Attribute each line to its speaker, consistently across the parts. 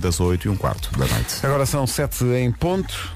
Speaker 1: das 8 e um quarto da noite.
Speaker 2: Agora são 7 em ponto.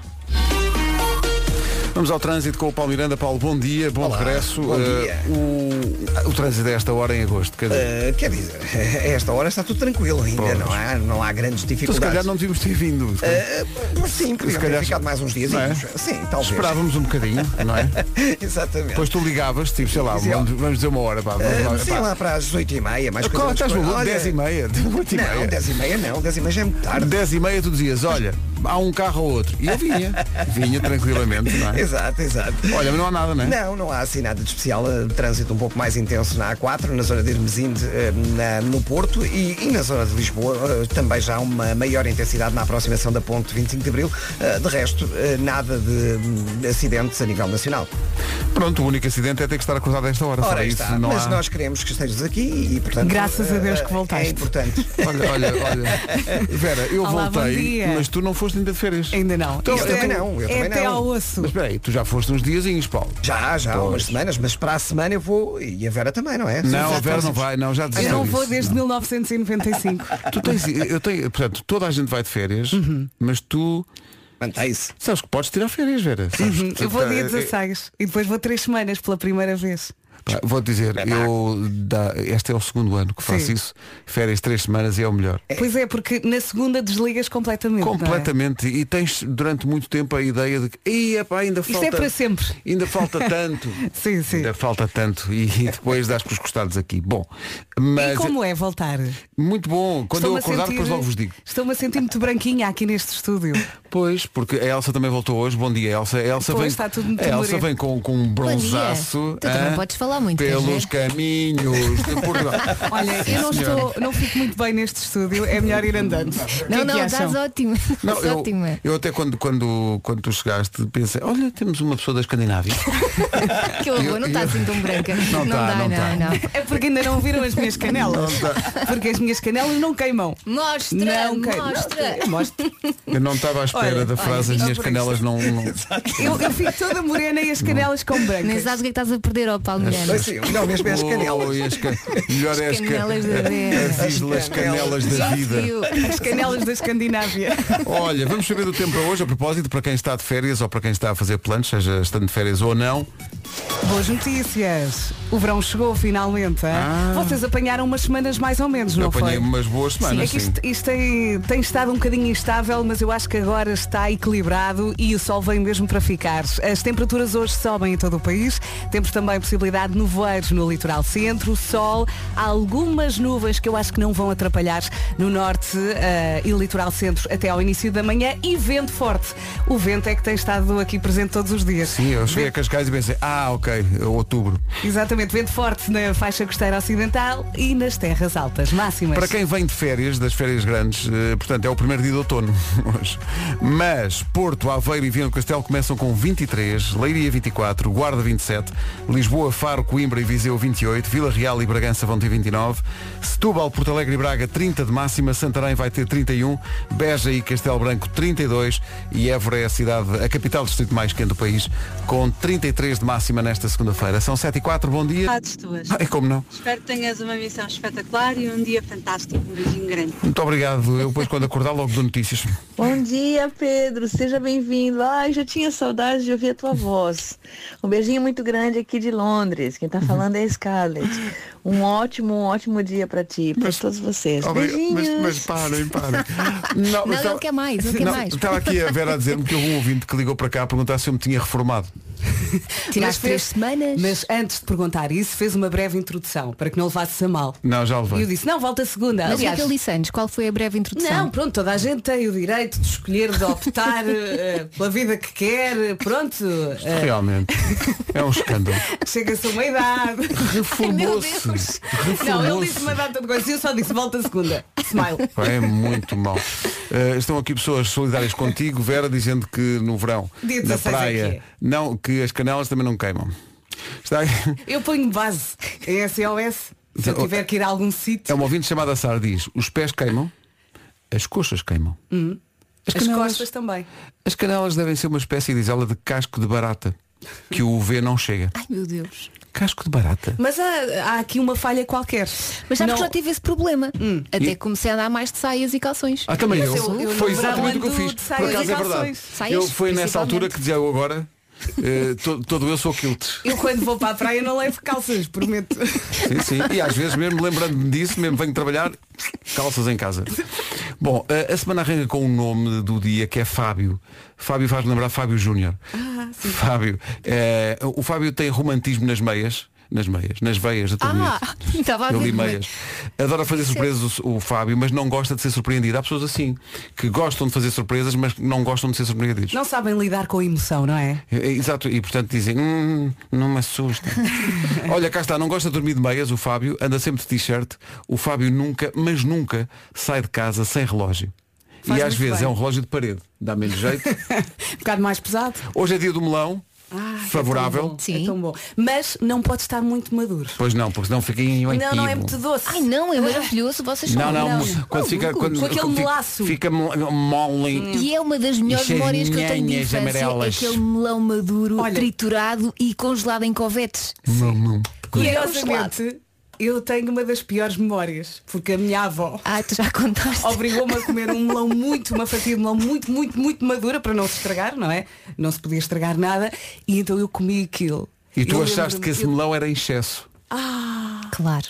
Speaker 2: Vamos ao trânsito com o Paulo Miranda. Paulo, bom dia, bom
Speaker 3: Olá,
Speaker 2: regresso.
Speaker 3: bom
Speaker 2: Eh,
Speaker 3: dia.
Speaker 2: o, o trânsito a esta hora em agosto, quer dizer,
Speaker 3: Eh, quer dizer, a esta hora está tudo tranquilo ainda, não há, não há grandes
Speaker 2: então, se calhar
Speaker 3: dificuldades.
Speaker 2: não devíamos ter vindo.
Speaker 3: Eh, mas sim, podíamos
Speaker 2: calhar-
Speaker 3: ter ficado mais uns dias.
Speaker 2: Não é?
Speaker 3: Sim, talvez.
Speaker 2: Esperávamos um bocadinho, não é?
Speaker 3: Exatamente.
Speaker 2: Depois tu ligavas, tipo, sei lá,
Speaker 3: Dizia, ó,
Speaker 2: vamos, vamos dizer uma hora, pá. Vamos,
Speaker 3: Eh,
Speaker 2: lá,
Speaker 3: sim,
Speaker 2: pá.
Speaker 3: lá para as 8 e meia, mais
Speaker 2: Qual,
Speaker 3: coisa.
Speaker 2: é estás
Speaker 3: menos
Speaker 2: maluco?
Speaker 3: coisa.
Speaker 2: 10 e
Speaker 3: Olha,
Speaker 2: meia, 8 e
Speaker 3: Não,
Speaker 2: meia.
Speaker 3: 10 e meia não, 10 e meia já é muito tarde.
Speaker 2: 10 e meia tu dizias, olha, há um carro ou outro. E eu vinha, vinha tranquilamente, não é?
Speaker 3: Exato, exato.
Speaker 2: Olha, mas não há nada, não é?
Speaker 3: Não, não há assim nada de especial. eh, Trânsito um pouco mais intenso na A4, na zona de Hermesinde, eh, na- no Porto e, e na zona de Lisboa. eh, Também já há uma maior intensidade na aproximação da ponte 25 de Abril. Eh, De resto, eh, nada de hum, acidentes a nível nacional.
Speaker 2: Pronto, o único acidente é ter que estar acordado a esta hora.
Speaker 3: Ora
Speaker 2: Fora
Speaker 3: aí
Speaker 2: isso,
Speaker 3: está.
Speaker 2: não
Speaker 3: Mas
Speaker 2: há...
Speaker 3: nós queremos que estejas aqui e, portanto...
Speaker 4: Graças a Deus
Speaker 3: eh,
Speaker 4: que voltaste.
Speaker 3: É importante.
Speaker 2: Olha, olha, olha. Vera, eu
Speaker 4: Olá, bom
Speaker 2: voltei,
Speaker 4: dia.
Speaker 2: mas tu não foste ainda de férias.
Speaker 4: Ainda não.
Speaker 2: Então,
Speaker 4: Isto
Speaker 3: eu
Speaker 4: é-
Speaker 3: também não, eu
Speaker 4: é
Speaker 3: também
Speaker 4: até
Speaker 3: não.
Speaker 4: ao osso.
Speaker 2: Mas espera aí, tu já foste uns diazinhos, Paulo.
Speaker 3: Já, já, há umas semanas, mas para a semana eu vou e a Vera também, não é?
Speaker 2: Não, a
Speaker 3: Exato.
Speaker 2: Vera não vai, não, já desistiu
Speaker 4: Eu não
Speaker 2: disso.
Speaker 4: vou desde 1995.
Speaker 2: Tu tens, eu tenho, portanto, toda a gente vai de férias,
Speaker 4: Uhum.
Speaker 2: mas tu
Speaker 3: Mantém-se.
Speaker 2: sabes que podes tirar férias, Vera. Sabes que-
Speaker 4: Uhum, Eu vou
Speaker 2: tá,
Speaker 4: dia
Speaker 2: é-
Speaker 4: 16 e depois vou três semanas pela primeira vez.
Speaker 2: Pá, Vou dizer, eu dá- este é o segundo ano que faço
Speaker 4: Sim.
Speaker 2: isso, férias três semanas e é o melhor.
Speaker 4: Pois é, porque na segunda desligas completamente. não é?
Speaker 2: Completamente. E tens durante muito tempo a ideia de que "Ih, epá, ainda
Speaker 4: Isto é
Speaker 2: falta.
Speaker 4: para sempre."
Speaker 2: Ainda falta tanto.
Speaker 4: Sim, sim.
Speaker 2: Ainda falta tanto. E depois dás com os costados aqui. Bom,
Speaker 4: E
Speaker 2: mas
Speaker 4: como é voltar?
Speaker 2: muito bom. Quando eu
Speaker 4: Estou-me a
Speaker 2: acordar, depois logo vos digo.
Speaker 4: Estou-me a sentir muito branquinha aqui neste estúdio.
Speaker 2: Pois, porque a Elsa também voltou hoje. Bom dia, Elsa. A Elsa
Speaker 4: Pois,
Speaker 2: vem,
Speaker 4: está tudo muito
Speaker 2: a Elsa
Speaker 4: moreno.
Speaker 2: vem com, com um bronzaço.
Speaker 5: Tu também
Speaker 2: hã?
Speaker 5: podes falar muito,
Speaker 2: Pelos
Speaker 5: pois é?
Speaker 2: caminhos de Portugal.
Speaker 4: Olha, eu não,
Speaker 2: senhora.
Speaker 4: estou, não fico muito bem neste estúdio, é melhor ir andando.
Speaker 5: Não,
Speaker 4: O que é que
Speaker 5: não,
Speaker 4: acham?
Speaker 5: estás ótima.
Speaker 2: Não,
Speaker 5: Estás
Speaker 2: eu,
Speaker 5: ótima.
Speaker 2: eu até quando, quando, quando tu chegaste pensei, olha, temos uma pessoa da Escandinávia.
Speaker 5: Que horror, não está assim tão branca.
Speaker 2: Não tá,
Speaker 5: dá,
Speaker 2: não tá.
Speaker 5: não.
Speaker 4: É porque ainda não viram as minhas canelas. Porque as minhas canelas não queimam.
Speaker 5: Mostra,
Speaker 4: Não, que-
Speaker 5: mostra.
Speaker 4: Eu mostro.
Speaker 2: Eu não estava à espera
Speaker 4: Olha,
Speaker 2: da frase, as
Speaker 5: olha,
Speaker 2: minhas
Speaker 5: por
Speaker 2: canelas não. não-
Speaker 4: Eu, eu fico toda morena e as canelas com
Speaker 5: Nem
Speaker 4: brancas.
Speaker 5: sabes o que é que estás a perder, ó Paulo Miranda.
Speaker 3: Mas, sim, não, mesmo é as canelas.
Speaker 2: Oi, as can- Melhor é as can-
Speaker 5: canelas da Vera.
Speaker 2: as islas canelas da vida.
Speaker 5: Viu?
Speaker 4: As canelas da Escandinávia.
Speaker 2: Olha, vamos saber do tempo para hoje, a propósito, para quem está de férias ou para quem está a fazer planos, seja estando de férias ou não.
Speaker 4: Boas notícias. O verão chegou finalmente. hein? Vocês apanharam umas semanas mais ou menos,
Speaker 2: Eu
Speaker 4: não
Speaker 2: apanhei
Speaker 4: foi?
Speaker 2: umas boas
Speaker 4: Sim, é
Speaker 2: semanas.
Speaker 4: que isto, isto tem, tem estado um bocadinho instável, mas eu acho que agora está equilibrado e o sol vem mesmo para ficar. As temperaturas hoje sobem em todo o país. Temos também possibilidade de nevoeiros no litoral centro, sol, há algumas nuvens que eu acho que não vão atrapalhar no norte eh, e litoral centro até ao início da manhã e vento forte. O vento é que tem estado aqui presente todos os dias.
Speaker 2: Sim, eu cheguei a Cascais e pensei, ah, ok, outubro.
Speaker 4: Exatamente, vento forte na faixa costeira ocidental e nas terras altas máximas.
Speaker 2: Para quem vem de férias, das férias grandes, eh, portanto, é o primeiro dia de outono hoje. Mas Porto, Aveiro e Viana do Castelo começam com 23, Leiria 24, Guarda 27, Lisboa, Faro, Coimbra e Viseu 28, Vila Real e Bragança vão ter 29, Setúbal, Porto Alegre e Braga 30 de máxima, Santarém vai ter 31, Beja e Castelo Branco 32 e Évora é a cidade, a capital do distrito mais quente do país, com 33 de máxima nesta segunda-feira. São 7 e 4, bom dia.
Speaker 6: Saudades tuas.
Speaker 2: Ah, e como não?
Speaker 6: Espero que tenhas uma missão espetacular e um dia fantástico. Um beijinho grande.
Speaker 2: Muito obrigado. Eu depois quando acordar logo dou notícias.
Speaker 7: Bom dia, Pedro. Seja bem-vindo. Ai, já tinha saudade de ouvir a tua voz. Um beijinho muito grande aqui de Londres. Quem tá falando é a Scarlett. Um ótimo, um ótimo dia pra ti, e pra todos vocês.
Speaker 2: Obrigado,
Speaker 7: Beijinhos.
Speaker 2: Mas, mas parem, parem. Não,
Speaker 5: Não, ele quer mais, ele quer mais.
Speaker 2: Estava aqui a Vera a dizer-me que houve um ouvinte que ligou para cá a perguntar se eu me tinha reformado.
Speaker 4: Mas
Speaker 5: Tiraste
Speaker 4: fez-
Speaker 5: três semanas.
Speaker 4: Mas antes de perguntar isso, fez uma breve introdução para que não levasses a mal.
Speaker 2: Não, já
Speaker 4: E eu
Speaker 2: levei.
Speaker 4: disse, não, volta a segunda.
Speaker 5: Mas o que é
Speaker 4: Aliás,
Speaker 5: que ele disse antes? Qual foi a breve introdução?
Speaker 4: não, pronto, toda a gente tem o direito de escolher, de optar eh, pela vida que quer, pronto, eh,
Speaker 2: Realmente. É um escândalo.
Speaker 4: chega-se a uma idade.
Speaker 5: Meu Deus.
Speaker 2: Reformou-se.
Speaker 4: Não, ele
Speaker 2: Reformou-se.
Speaker 4: disse uma data de coisas e eu só disse, volta a segunda. Smile.
Speaker 2: Pá, É muito mal. Eh, estão aqui pessoas solidárias contigo, Vera, dizendo que no verão,
Speaker 4: Dia
Speaker 2: na
Speaker 4: 16 é
Speaker 2: praia,
Speaker 4: que é.
Speaker 2: não, que as canelas também não queimam. Está aí-
Speaker 4: Eu ponho base em SOS. Se eu tiver que ir a algum sítio,
Speaker 2: É uma ouvinte chamada Sara diz, os pés queimam, as coxas queimam.
Speaker 4: as costas também.
Speaker 2: As canelas devem ser uma espécie, diz ela, de casco de barata, que o UV não chega.
Speaker 5: Ai meu Deus.
Speaker 2: Casco de barata.
Speaker 4: Mas há, há aqui uma falha qualquer.
Speaker 5: Mas já
Speaker 4: Não-
Speaker 5: que já tive esse problema. Até
Speaker 2: Hum, E-
Speaker 5: comecei a andar mais de saias e calções.
Speaker 2: Ah, também eu.
Speaker 4: Mas eu- eu
Speaker 2: Foi
Speaker 4: no verão
Speaker 2: exatamente o que eu
Speaker 4: ando
Speaker 2: fiz.
Speaker 4: de
Speaker 2: Por
Speaker 4: saias
Speaker 2: acaso
Speaker 4: e
Speaker 2: é verdade.
Speaker 4: calções.
Speaker 5: Saias,
Speaker 2: Eu foi nessa
Speaker 5: principalmente.
Speaker 2: altura que dizia eu agora. eh, to- todo eu sou quilte.
Speaker 4: Eu quando vou para a praia não levo calças, prometo.
Speaker 2: Sim, sim. E às vezes mesmo lembrando-me disso, mesmo venho trabalhar, calças em casa. Bom, a, a semana arranca com um nome do dia que é Fábio. Fábio faz lembrar Fábio Júnior.
Speaker 4: Ah,
Speaker 2: Fábio. eh, o Fábio tem romantismo nas meias. Nas meias, nas veias, eu estou
Speaker 5: Ah,
Speaker 2: bonito.
Speaker 5: estava a
Speaker 2: Eu
Speaker 5: ver.
Speaker 2: li meias. Adora fazer surpresas o, o Fábio, mas não gosta de ser surpreendido. Há pessoas assim, que gostam de fazer surpresas, mas não gostam de ser surpreendidos.
Speaker 4: Não sabem lidar com a emoção, não é?
Speaker 2: É, é, Exato, e portanto dizem, "Hum, não me assusta. Olha, cá está, não gosta de dormir de meias, o Fábio, anda sempre de t-shirt, o Fábio nunca, mas nunca, sai de casa sem relógio.
Speaker 4: Faz
Speaker 2: e às
Speaker 4: muito
Speaker 2: vezes
Speaker 4: bem.
Speaker 2: é um relógio de parede, dá menos jeito.
Speaker 4: Um bocado mais pesado.
Speaker 2: Hoje é dia do melão,
Speaker 4: Ah,
Speaker 2: Favorável.
Speaker 4: É tão bom,
Speaker 5: Sim.
Speaker 4: é tão bom. Mas não pode estar muito maduro.
Speaker 2: pois não, porque senão fica em
Speaker 4: Não, não é muito doce.
Speaker 5: Ai não, é maravilhoso, vocês são
Speaker 2: Não, não,
Speaker 5: malucos.
Speaker 2: mu- quando fica, quando,
Speaker 4: Com aquele Hum.
Speaker 2: quando fica,
Speaker 4: melaço.
Speaker 2: fica mo- mole.
Speaker 5: E é uma das melhores
Speaker 2: E cheias
Speaker 5: memórias que eu tenho de
Speaker 2: nhanhas
Speaker 5: infância
Speaker 2: amarelas.
Speaker 5: é Aquele melão maduro,
Speaker 4: Olha.
Speaker 5: triturado e congelado em covetes
Speaker 2: Não, não.
Speaker 4: Curiosamente, eu tenho uma das piores memórias, porque a minha avó
Speaker 5: Ah, tu já contaste
Speaker 4: obrigou-me a comer um melão muito, uma fatia de melão muito, muito, muito madura para não se estragar, não é? Não se podia estragar nada. E então eu comi aquilo.
Speaker 2: E tu
Speaker 4: Eu
Speaker 2: achaste
Speaker 4: lembro-me,
Speaker 2: que esse
Speaker 4: eu-
Speaker 2: melão era em excesso.
Speaker 5: Claro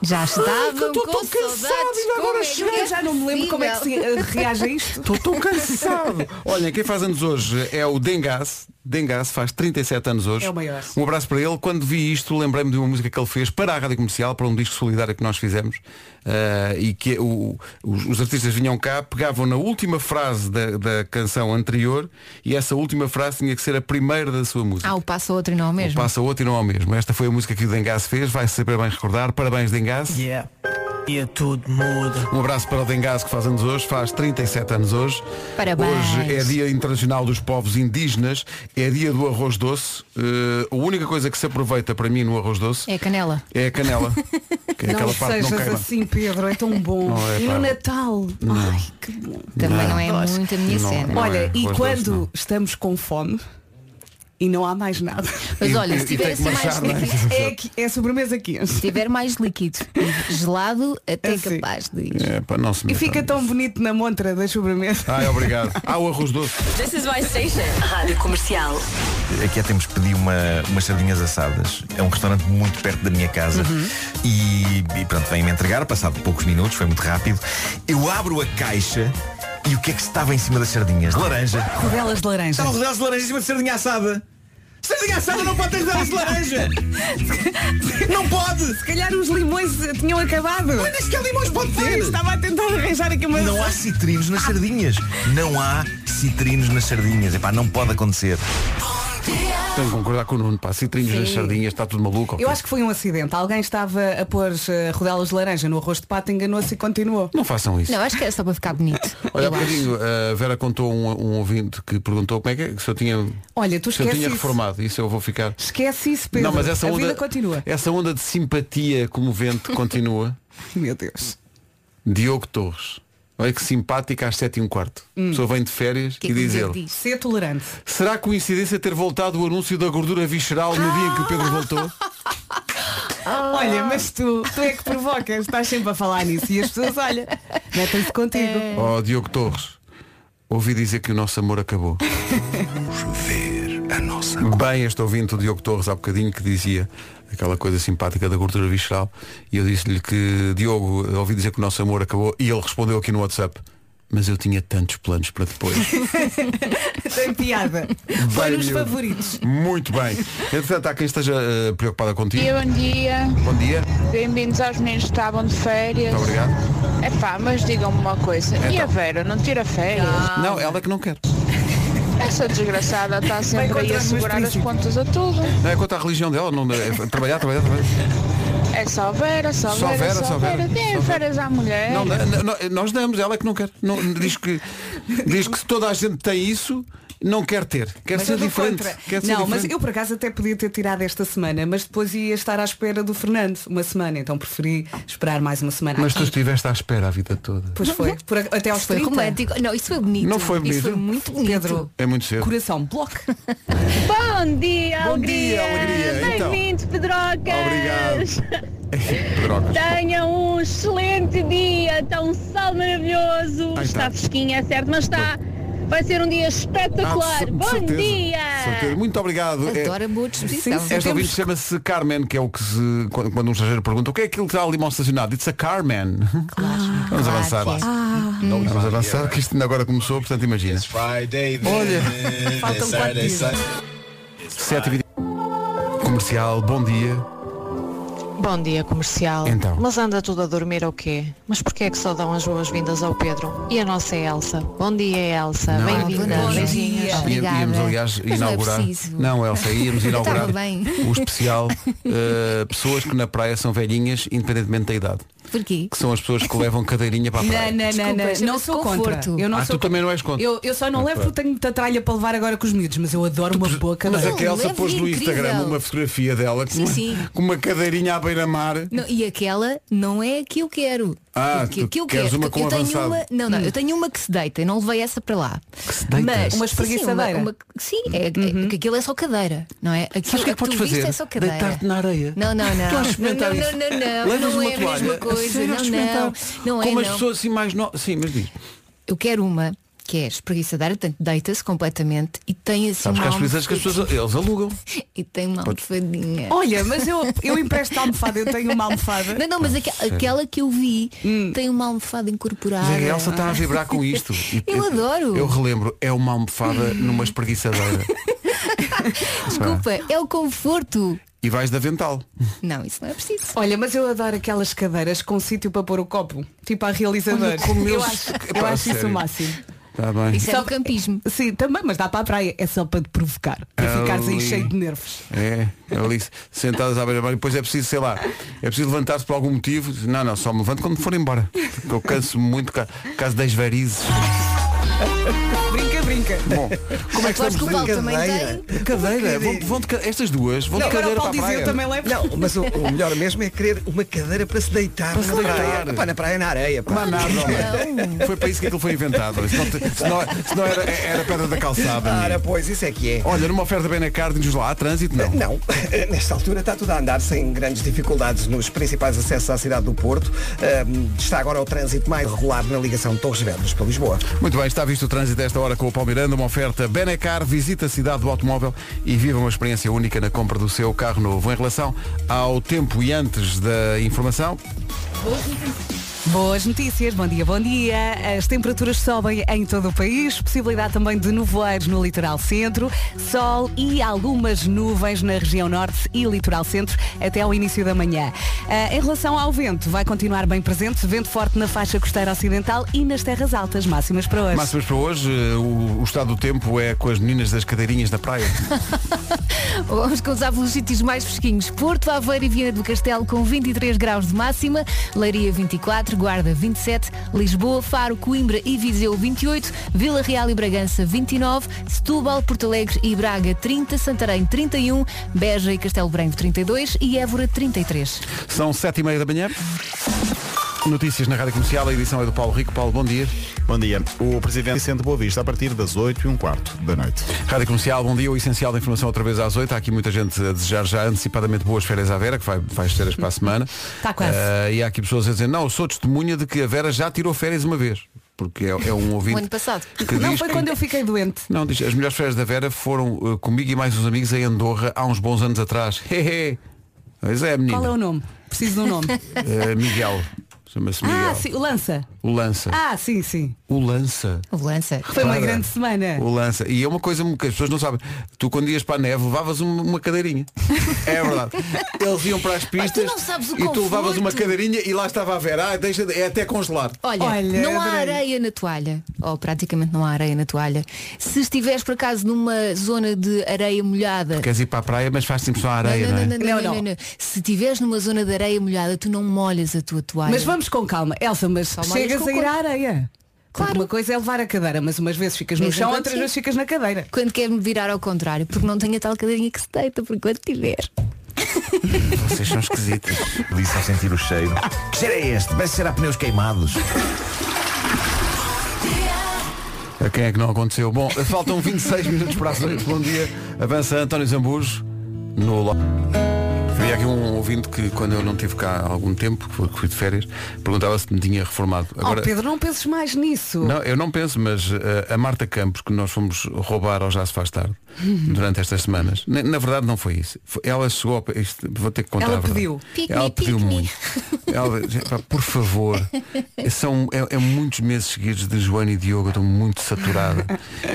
Speaker 5: Já
Speaker 4: Ai, que eu
Speaker 5: estavam
Speaker 4: estou
Speaker 5: com
Speaker 4: tão cansada
Speaker 5: saudades
Speaker 4: e
Speaker 5: Como
Speaker 4: agora
Speaker 5: é
Speaker 4: cheguei,
Speaker 5: que é
Speaker 4: já não me lembro como é que se
Speaker 5: possível?
Speaker 4: eh, reage a isto.
Speaker 2: Estou tão cansado. Olhem, quem faz anos hoje é o Dengas. Dengas faz 37 anos hoje.
Speaker 4: É o maior.
Speaker 2: Um abraço para ele. Quando vi isto, lembrei-me de uma música que ele fez para a Rádio Comercial, para um disco solidário que nós fizemos. eh, e que o- os, os artistas vinham cá, pegavam na última frase da, da canção anterior e essa última frase tinha que ser a primeira da sua música.
Speaker 5: Ah, o passo a outro e não ao
Speaker 2: Um
Speaker 5: mesmo
Speaker 2: passa outro e não ao mesmo. Esta foi a música que o Dengas fez, vai saber bem recordar. Parabéns, Dengas.
Speaker 1: Yeah. E tudo muda.
Speaker 2: Um abraço para o Dengas que faz anos hoje, faz 37 anos hoje.
Speaker 5: Parabéns.
Speaker 2: Hoje é Dia Internacional dos Povos Indígenas, é dia do arroz doce. Eh, a única coisa que se aproveita para mim no arroz doce
Speaker 5: É canela
Speaker 2: é a canela, que é aquela
Speaker 4: não
Speaker 2: parte que não
Speaker 4: sejas
Speaker 2: queima.
Speaker 4: assim, Pedro, é tão bom.
Speaker 2: Não é,
Speaker 4: e
Speaker 2: pá.
Speaker 4: no Natal. Ai, que bom.
Speaker 5: Também
Speaker 2: Não.
Speaker 5: não, é muito a minha
Speaker 2: Não,
Speaker 5: cena
Speaker 2: não. é,
Speaker 4: Olha, e
Speaker 2: arroz
Speaker 4: quando
Speaker 2: doce, não.
Speaker 4: estamos com fome e não há mais nada.
Speaker 5: Mas
Speaker 2: E-
Speaker 5: olha,
Speaker 2: e-
Speaker 5: se
Speaker 2: e tem
Speaker 5: tiver,
Speaker 2: que
Speaker 5: assim mais
Speaker 2: manchar, não é?
Speaker 5: líquido,
Speaker 4: É, aqui- é sobremesa
Speaker 5: se
Speaker 4: quente.
Speaker 5: tiver mais líquido e gelado Até
Speaker 4: Assim.
Speaker 5: capaz de ir
Speaker 2: É, pá, não se
Speaker 4: E
Speaker 2: meta
Speaker 4: fica
Speaker 2: nisso.
Speaker 4: tão bonito na montra da sobremesa.
Speaker 2: Ai, obrigado. Ah, o arroz doce.
Speaker 8: This is my station. Rádio Comercial.
Speaker 9: Aqui há tempos pedi uma, umas sardinhas assadas. É um restaurante muito perto da minha casa.
Speaker 4: Uhum.
Speaker 9: E, e pronto, vêm-me entregar, passado poucos minutos, foi muito rápido. Eu abro a caixa e o que é que estava em cima das sardinhas? Laranja.
Speaker 4: Rodelas de laranja.
Speaker 9: Estava rodelas de laranja em cima de sardinha assada. Sardinha assada não pode ter rodelas de laranja! Não pode!
Speaker 4: Se calhar os limões tinham acabado.
Speaker 9: Mas que limões pode
Speaker 4: Pois,
Speaker 9: ter!
Speaker 4: Estava a tentar arranjar aqui uma.
Speaker 9: Não há citrinos nas sardinhas. Não há citrinos nas sardinhas. Epá, não pode acontecer.
Speaker 2: Tenho que concordar com o Nuno, pá. Citrinhos nas sardinhas, está tudo maluco.
Speaker 4: Eu acho que foi um acidente. Alguém estava a pôr eh, rodelas de laranja no arroz de pato, enganou-se e continuou.
Speaker 2: Não façam isso.
Speaker 5: Não, acho que é só para ficar bonito
Speaker 2: Olha, há
Speaker 5: eu acho.
Speaker 2: bocadinho a Vera contou um, um ouvinte que perguntou como é que é, se eu tinha,
Speaker 4: Olha, tu
Speaker 2: se eu
Speaker 4: esquece
Speaker 2: tinha
Speaker 4: isso.
Speaker 2: reformado. Isso eu vou ficar.
Speaker 4: Esquece isso, Pedro.
Speaker 2: Não, mas essa
Speaker 4: a
Speaker 2: onda, é-
Speaker 4: vida continua.
Speaker 2: essa onda de simpatia comovente continua.
Speaker 4: Meu Deus.
Speaker 2: Diogo Torres. Olha que simpática às 7 e um quarto.
Speaker 4: Hum.
Speaker 2: A pessoa vem de férias
Speaker 5: que é
Speaker 2: e
Speaker 5: que o
Speaker 2: diz
Speaker 5: Diogo
Speaker 2: ele.
Speaker 5: diz?
Speaker 4: Ser tolerante.
Speaker 2: Será coincidência ter voltado o anúncio da gordura visceral no dia em que o
Speaker 4: Ah!
Speaker 2: Pedro voltou?
Speaker 5: Ah.
Speaker 4: Olha, mas tu, tu é que provocas, estás sempre a falar nisso e as pessoas, olha, metem-se contigo.
Speaker 5: É.
Speaker 2: Oh, Diogo Torres. Ouvi dizer que o nosso amor acabou.
Speaker 9: Ver a nossa
Speaker 2: Bem, este ouvinte, o Diogo Torres, há bocadinho, que dizia aquela coisa simpática da gordura visceral. E eu disse-lhe que, Diogo, ouvi dizer que o nosso amor acabou. E ele respondeu aqui no WhatsApp. Mas eu tinha tantos planos para depois.
Speaker 4: Tem piada. Foi
Speaker 2: Bem,
Speaker 4: nos
Speaker 2: miúdo.
Speaker 4: favoritos.
Speaker 2: Muito bem. Entretanto, há quem esteja eh, preocupada contigo.
Speaker 10: Bom dia,
Speaker 2: Bom dia.
Speaker 10: bem-vindos aos meninos que estavam de férias.
Speaker 2: Muito obrigado. Então.
Speaker 10: Epá, mas digam-me uma coisa, e a Vera não tira férias?
Speaker 2: Não, ela é que não quer.
Speaker 10: Essa desgraçada está sempre
Speaker 4: Vai
Speaker 10: aí a
Speaker 4: encontrar-me
Speaker 10: segurar
Speaker 4: neste
Speaker 10: as pontas a tudo.
Speaker 2: Não é quanto à religião dela, não, é trabalhar, trabalhar, trabalhar.
Speaker 10: É só Vera, só,
Speaker 2: Só Vera,
Speaker 10: Vera,
Speaker 2: só
Speaker 10: só
Speaker 2: Vera.
Speaker 10: Vera.
Speaker 2: Só
Speaker 10: Deem
Speaker 2: Vera.
Speaker 10: férias à mulher.
Speaker 2: Não, não, não, nós damos, ela é que não quer. Não, diz, que, diz que se toda a gente tem isso, não quer ter. Quer
Speaker 4: Mas
Speaker 2: ser
Speaker 4: eu dou
Speaker 2: diferente.
Speaker 4: contra.
Speaker 2: Quer ser
Speaker 4: não,
Speaker 2: diferente.
Speaker 4: mas eu por acaso até podia ter tirado esta semana, mas depois ia estar à espera do Fernando uma semana, então preferi esperar mais uma semana.
Speaker 2: Mas tu
Speaker 4: aqui.
Speaker 2: estiveste à espera a vida toda.
Speaker 4: Pois foi, por- até aos
Speaker 5: Foi
Speaker 4: 30.
Speaker 5: romântico. Não, isso foi bonito.
Speaker 2: Não foi
Speaker 5: Isso
Speaker 2: bonito?
Speaker 5: foi muito bonito.
Speaker 4: Pedro,
Speaker 2: É muito cedo. Ah,
Speaker 4: coração, bloco.
Speaker 10: Bom dia,
Speaker 2: Bom
Speaker 10: alegria!
Speaker 2: dia, alegria. Então.
Speaker 10: Bem-vindos, Pedrocas! Obrigado!
Speaker 2: Drogas.
Speaker 10: Tenham um excelente dia, está um sol maravilhoso!
Speaker 2: Ai,
Speaker 10: está
Speaker 2: tá.
Speaker 10: fresquinho, é certo, mas está. Vai ser um dia espetacular!
Speaker 2: Ah, de- de
Speaker 10: Bom
Speaker 2: certeza. De certeza.
Speaker 10: dia!
Speaker 2: Muito obrigado. É-
Speaker 5: Adoro a boa disposição.
Speaker 4: Sim, sim.
Speaker 2: Esta ouvinte chama-se Carmen, que é o que se. Quando, quando um estrangeiro pergunta o que é aquilo que está ali mal estacionado, it's a Carmen. Vamos
Speaker 5: claro
Speaker 2: avançar.
Speaker 5: que é.
Speaker 4: Ah.
Speaker 2: Vamos avançar, que isto ainda agora começou, portanto imagina. Olha,
Speaker 4: Faltam quatro dias.
Speaker 2: 7 h Comercial, bom dia.
Speaker 10: Bom dia, comercial.
Speaker 2: Então.
Speaker 10: Mas anda tudo a dormir ou quê? Mas porquê é que só dão as boas-vindas ao Pedro? E a nossa Elsa? Bom dia, Elsa.
Speaker 2: Não,
Speaker 10: Bem-vinda.
Speaker 2: é-
Speaker 10: Beijinhos.
Speaker 5: Bom dia.
Speaker 2: Ia- Íamos,
Speaker 5: Obrigada.
Speaker 2: aliás,
Speaker 5: Mas não é
Speaker 2: inaugurar.
Speaker 5: preciso.
Speaker 2: Não, Elsa, íamos
Speaker 5: Eu estava
Speaker 2: inaugurar
Speaker 5: bem.
Speaker 2: o especial eh, Pessoas que na praia são velhinhas, independentemente da idade.
Speaker 5: Porquê?
Speaker 2: Que são as pessoas que levam cadeirinha para a
Speaker 4: Não,
Speaker 2: praia.
Speaker 4: não, não,
Speaker 5: Desculpa,
Speaker 4: não, não
Speaker 5: chama-se
Speaker 4: sou contra.
Speaker 5: conforto.
Speaker 4: Eu não
Speaker 2: Ah,
Speaker 4: sou
Speaker 2: tu também não és contra. Ah,
Speaker 4: Eu, eu só não levo porque tenho muita tralha para levar agora com os miúdos, mas eu adoro uma boa
Speaker 2: Mas
Speaker 4: cadeira.
Speaker 2: a que
Speaker 5: Não,
Speaker 2: Elsa
Speaker 5: leve
Speaker 2: pôs no
Speaker 5: incrível.
Speaker 2: Instagram uma fotografia dela com,
Speaker 5: Sim, sim.
Speaker 2: com uma cadeirinha à beira-mar.
Speaker 5: Não, e aquela não é a que eu quero.
Speaker 2: Ah,
Speaker 5: A que,
Speaker 2: tu
Speaker 5: a que eu
Speaker 2: queres
Speaker 5: quero.
Speaker 2: uma
Speaker 5: Eu
Speaker 2: com
Speaker 5: tenho
Speaker 2: avançado.
Speaker 5: uma, não, não, eu tenho uma que se deita, eu não levei essa para lá. Que se
Speaker 2: deita?
Speaker 4: Hum. Uma
Speaker 5: sim, sim,
Speaker 4: espreguiçadeira. Uhum.
Speaker 5: sim, é, é- que aquilo é só cadeira, não é? Aquilo
Speaker 2: Sabes o que é
Speaker 5: tu
Speaker 2: que podes
Speaker 5: viste
Speaker 2: fazer?
Speaker 5: é só cadeira.
Speaker 2: Deitar-te na areia.
Speaker 5: Não, não, não.
Speaker 2: Tu
Speaker 5: Não,
Speaker 2: vais experimentar
Speaker 5: não,
Speaker 2: isso.
Speaker 5: não, não,
Speaker 2: Levas
Speaker 5: não
Speaker 2: uma
Speaker 5: é a
Speaker 2: toalha.
Speaker 5: mesma coisa.
Speaker 2: Sério,
Speaker 5: não,
Speaker 2: experimentar.
Speaker 5: não, não é
Speaker 2: Como as
Speaker 5: não.
Speaker 2: pessoas assim mais no... Sim, mas diz.
Speaker 5: Eu quero uma que é espreguiçadeira, portanto deita-se completamente e tem assim
Speaker 2: Sabes que
Speaker 5: uma
Speaker 2: às vezes que as
Speaker 5: almofadinha-
Speaker 2: pessoas. Eles alugam.
Speaker 5: e tem uma almofadinha.
Speaker 4: Olha, mas eu, eu empresto a almofada, eu tenho uma almofada. Hum.
Speaker 5: Não, não, mas aque- aquela que eu vi tem uma almofada incorporada.
Speaker 2: Mas a Elsa está a vibrar com isto. E-
Speaker 5: é. Eu adoro.
Speaker 2: Eu relembro, é uma almofada numa espreguiçadeira.
Speaker 5: Desculpa, é o conforto.
Speaker 2: E vais da vental.
Speaker 5: Não, isso não é preciso.
Speaker 4: Olha, mas eu adoro aquelas cadeiras com sítio para pôr o copo, tipo a realizadora.
Speaker 2: como
Speaker 4: eu
Speaker 2: eles-
Speaker 4: acho, eu
Speaker 2: Pá,
Speaker 4: acho isso
Speaker 2: sério.
Speaker 4: o máximo.
Speaker 2: Está Tá bem.
Speaker 5: Isso é
Speaker 4: Só
Speaker 5: do
Speaker 4: que-
Speaker 5: campismo.
Speaker 4: Sim, também, mas dá para a praia. É só para te provocar. Para
Speaker 2: Ali.
Speaker 4: ficares aí cheio de nervos.
Speaker 2: É, ali sentadas à beira-mar e depois é preciso, sei lá, é preciso levantar-se por algum motivo. Não, não, só me levanto quando for embora. Porque Eu canso muito ca- caso das varizes.
Speaker 4: Brinca, brinca.
Speaker 2: Bom, como é que
Speaker 5: Claro que o
Speaker 2: estamos?
Speaker 5: Paulo também
Speaker 3: cadeira.
Speaker 5: tem.
Speaker 2: Cadeira, vão, vão de ca- estas duas, vão
Speaker 4: Não,
Speaker 2: de
Speaker 4: agora o
Speaker 2: cadeira para
Speaker 4: Paulo
Speaker 2: a
Speaker 4: diz,
Speaker 2: praia.
Speaker 4: eu também levo.
Speaker 3: Não, mas o, o melhor mesmo é querer uma cadeira para se deitar
Speaker 2: se
Speaker 3: na
Speaker 2: deitar.
Speaker 3: praia. Pá, na praia na areia. Pá.
Speaker 2: Mas nada, homem. Foi para isso que aquilo foi inventado. Se não, te- se não- se não era, é, era pedra da calçada.
Speaker 3: Ora,
Speaker 2: amigo.
Speaker 3: pois, isso é que é.
Speaker 2: Olha, numa oferta Benacar, diz lá, há trânsito não.
Speaker 3: Não, eh, nesta altura está tudo a andar sem grandes dificuldades nos principais acessos à cidade do Porto. Ahm, está agora o trânsito mais regular na ligação de Torres Vedras para Lisboa.
Speaker 2: Muito bem, está visto o trânsito desta hora com o Palmeirando, uma oferta Benacar, visita a cidade do automóvel e viva uma experiência única na compra do seu carro novo. Em relação ao tempo e antes da informação,
Speaker 4: Boas notícias, bom dia, bom dia. As temperaturas sobem em todo o país, possibilidade também de nevoeiros no litoral centro, sol e algumas nuvens na região norte e litoral centro até ao início da manhã. Ah, em relação ao vento, vai continuar bem presente, vento forte na faixa costeira ocidental e nas terras altas, máximas para hoje.
Speaker 2: máximas para hoje, eh, o, o estado do tempo é com as meninas das cadeirinhas da praia.
Speaker 5: Vamos começar pelos sítios mais fresquinhos. Porto, Aveiro e Viana do Castelo com 23 graus de máxima, Leiria 24, Guarda 27, Lisboa, Faro, Coimbra e Viseu 28, Vila Real e Bragança 29, Setúbal, Porto Alegre e Braga 30, Santarém 31, Beja e Castelo Branco 32 e Évora 33.
Speaker 2: São sete e meia da manhã. Notícias na Rádio Comercial, a edição é do Paulo Rico. Paulo, bom dia.
Speaker 11: Bom dia. O presidente Vicente Boa Vista a partir das 8 e um quarto da noite.
Speaker 2: Rádio Comercial, bom dia. O essencial da informação outra vez às oito. Há aqui muita gente a desejar já antecipadamente boas férias à Vera, que vai, vai ter as para a semana.
Speaker 4: Tá quase.
Speaker 2: Eh, e há aqui pessoas a dizer, não, eu sou testemunha de que a Vera já tirou férias uma vez. Porque é, é um ouvinte.
Speaker 5: O ano passado.
Speaker 2: que
Speaker 4: Não
Speaker 2: diz
Speaker 4: foi
Speaker 2: que-
Speaker 4: quando eu fiquei doente.
Speaker 2: Não, diz, as melhores férias da Vera foram eh, comigo e mais uns amigos em Andorra há uns bons anos atrás. Hehe. Pois é, menino.
Speaker 4: Qual é o nome? Preciso de um nome.
Speaker 2: Eh, Miguel. Chama-se Miguel.
Speaker 4: ah, sim, o lança.
Speaker 2: O Lança.
Speaker 4: Ah, sim, sim.
Speaker 2: O Lança.
Speaker 5: O Lança.
Speaker 4: Foi uma
Speaker 2: Para.
Speaker 4: grande semana.
Speaker 2: O lança. E é uma coisa que as pessoas não sabem. Tu quando ias para a neve levavas um, uma, uma cadeirinha. É verdade. Eles iam para as
Speaker 5: Mas tu
Speaker 2: pistas
Speaker 5: não sabes o
Speaker 2: e tu levavas
Speaker 5: conforto.
Speaker 2: uma cadeirinha e lá estava a ver. Ah, deixa, é até congelar.
Speaker 5: Olha,
Speaker 4: Olha,
Speaker 5: não há
Speaker 4: adorei.
Speaker 5: areia na toalha, ou praticamente não há areia na toalha. Se estiveres por acaso numa zona de areia molhada,
Speaker 2: Queres ir para a praia, mas faz sempre só a areia,
Speaker 5: não,
Speaker 2: não,
Speaker 5: não, não,
Speaker 2: é?
Speaker 5: não,
Speaker 4: Não,
Speaker 5: não,
Speaker 4: não.
Speaker 5: não. Se estiveres numa zona de areia molhada, tu não molhas a tua toalha.
Speaker 4: Mas vamos com calma. Elsa, mas
Speaker 5: Só molhas
Speaker 4: chegas
Speaker 5: com
Speaker 4: a ir
Speaker 5: cor.
Speaker 4: à areia. Claro. Uma coisa é levar a cadeira, mas então umas vezes ficas no
Speaker 5: Mesmo
Speaker 4: chão,
Speaker 5: quando
Speaker 4: outras
Speaker 5: sim.
Speaker 4: vezes ficas na cadeira.
Speaker 5: Quando quer me virar ao contrário, porque não tenho a tal cadeirinha que se deita, porque quando tiver.
Speaker 9: Vocês são esquisitos. Disse ao sentir o cheiro. Que cheiro é este? Parece ser a pneus queimados.
Speaker 2: A quem é que não aconteceu? Bom, faltam 26 minutos para as 8. Bom dia. Avança António Zambujo no Lo- Havia aqui um ouvinte que, quando eu não estive cá há algum tempo, que fui- que fui de férias, perguntava se me tinha reformado.
Speaker 4: Oh Pedro, não penses mais nisso.
Speaker 2: Não, eu não penso, mas eh, a Marta Campos, que nós fomos roubar ao Já se faz tarde durante estas semanas, na, na verdade não foi isso. Foi- Ela chegou ao pé- isto, vou ter que contar.
Speaker 4: Ela
Speaker 2: a verdade.
Speaker 4: pediu. Pique-me,
Speaker 2: Ela pediu
Speaker 4: pique-me.
Speaker 2: muito. Ela, dizia, "Pá, por favor, são, é, é muitos meses seguidos de Joana e Diogo, eu estou muito saturada.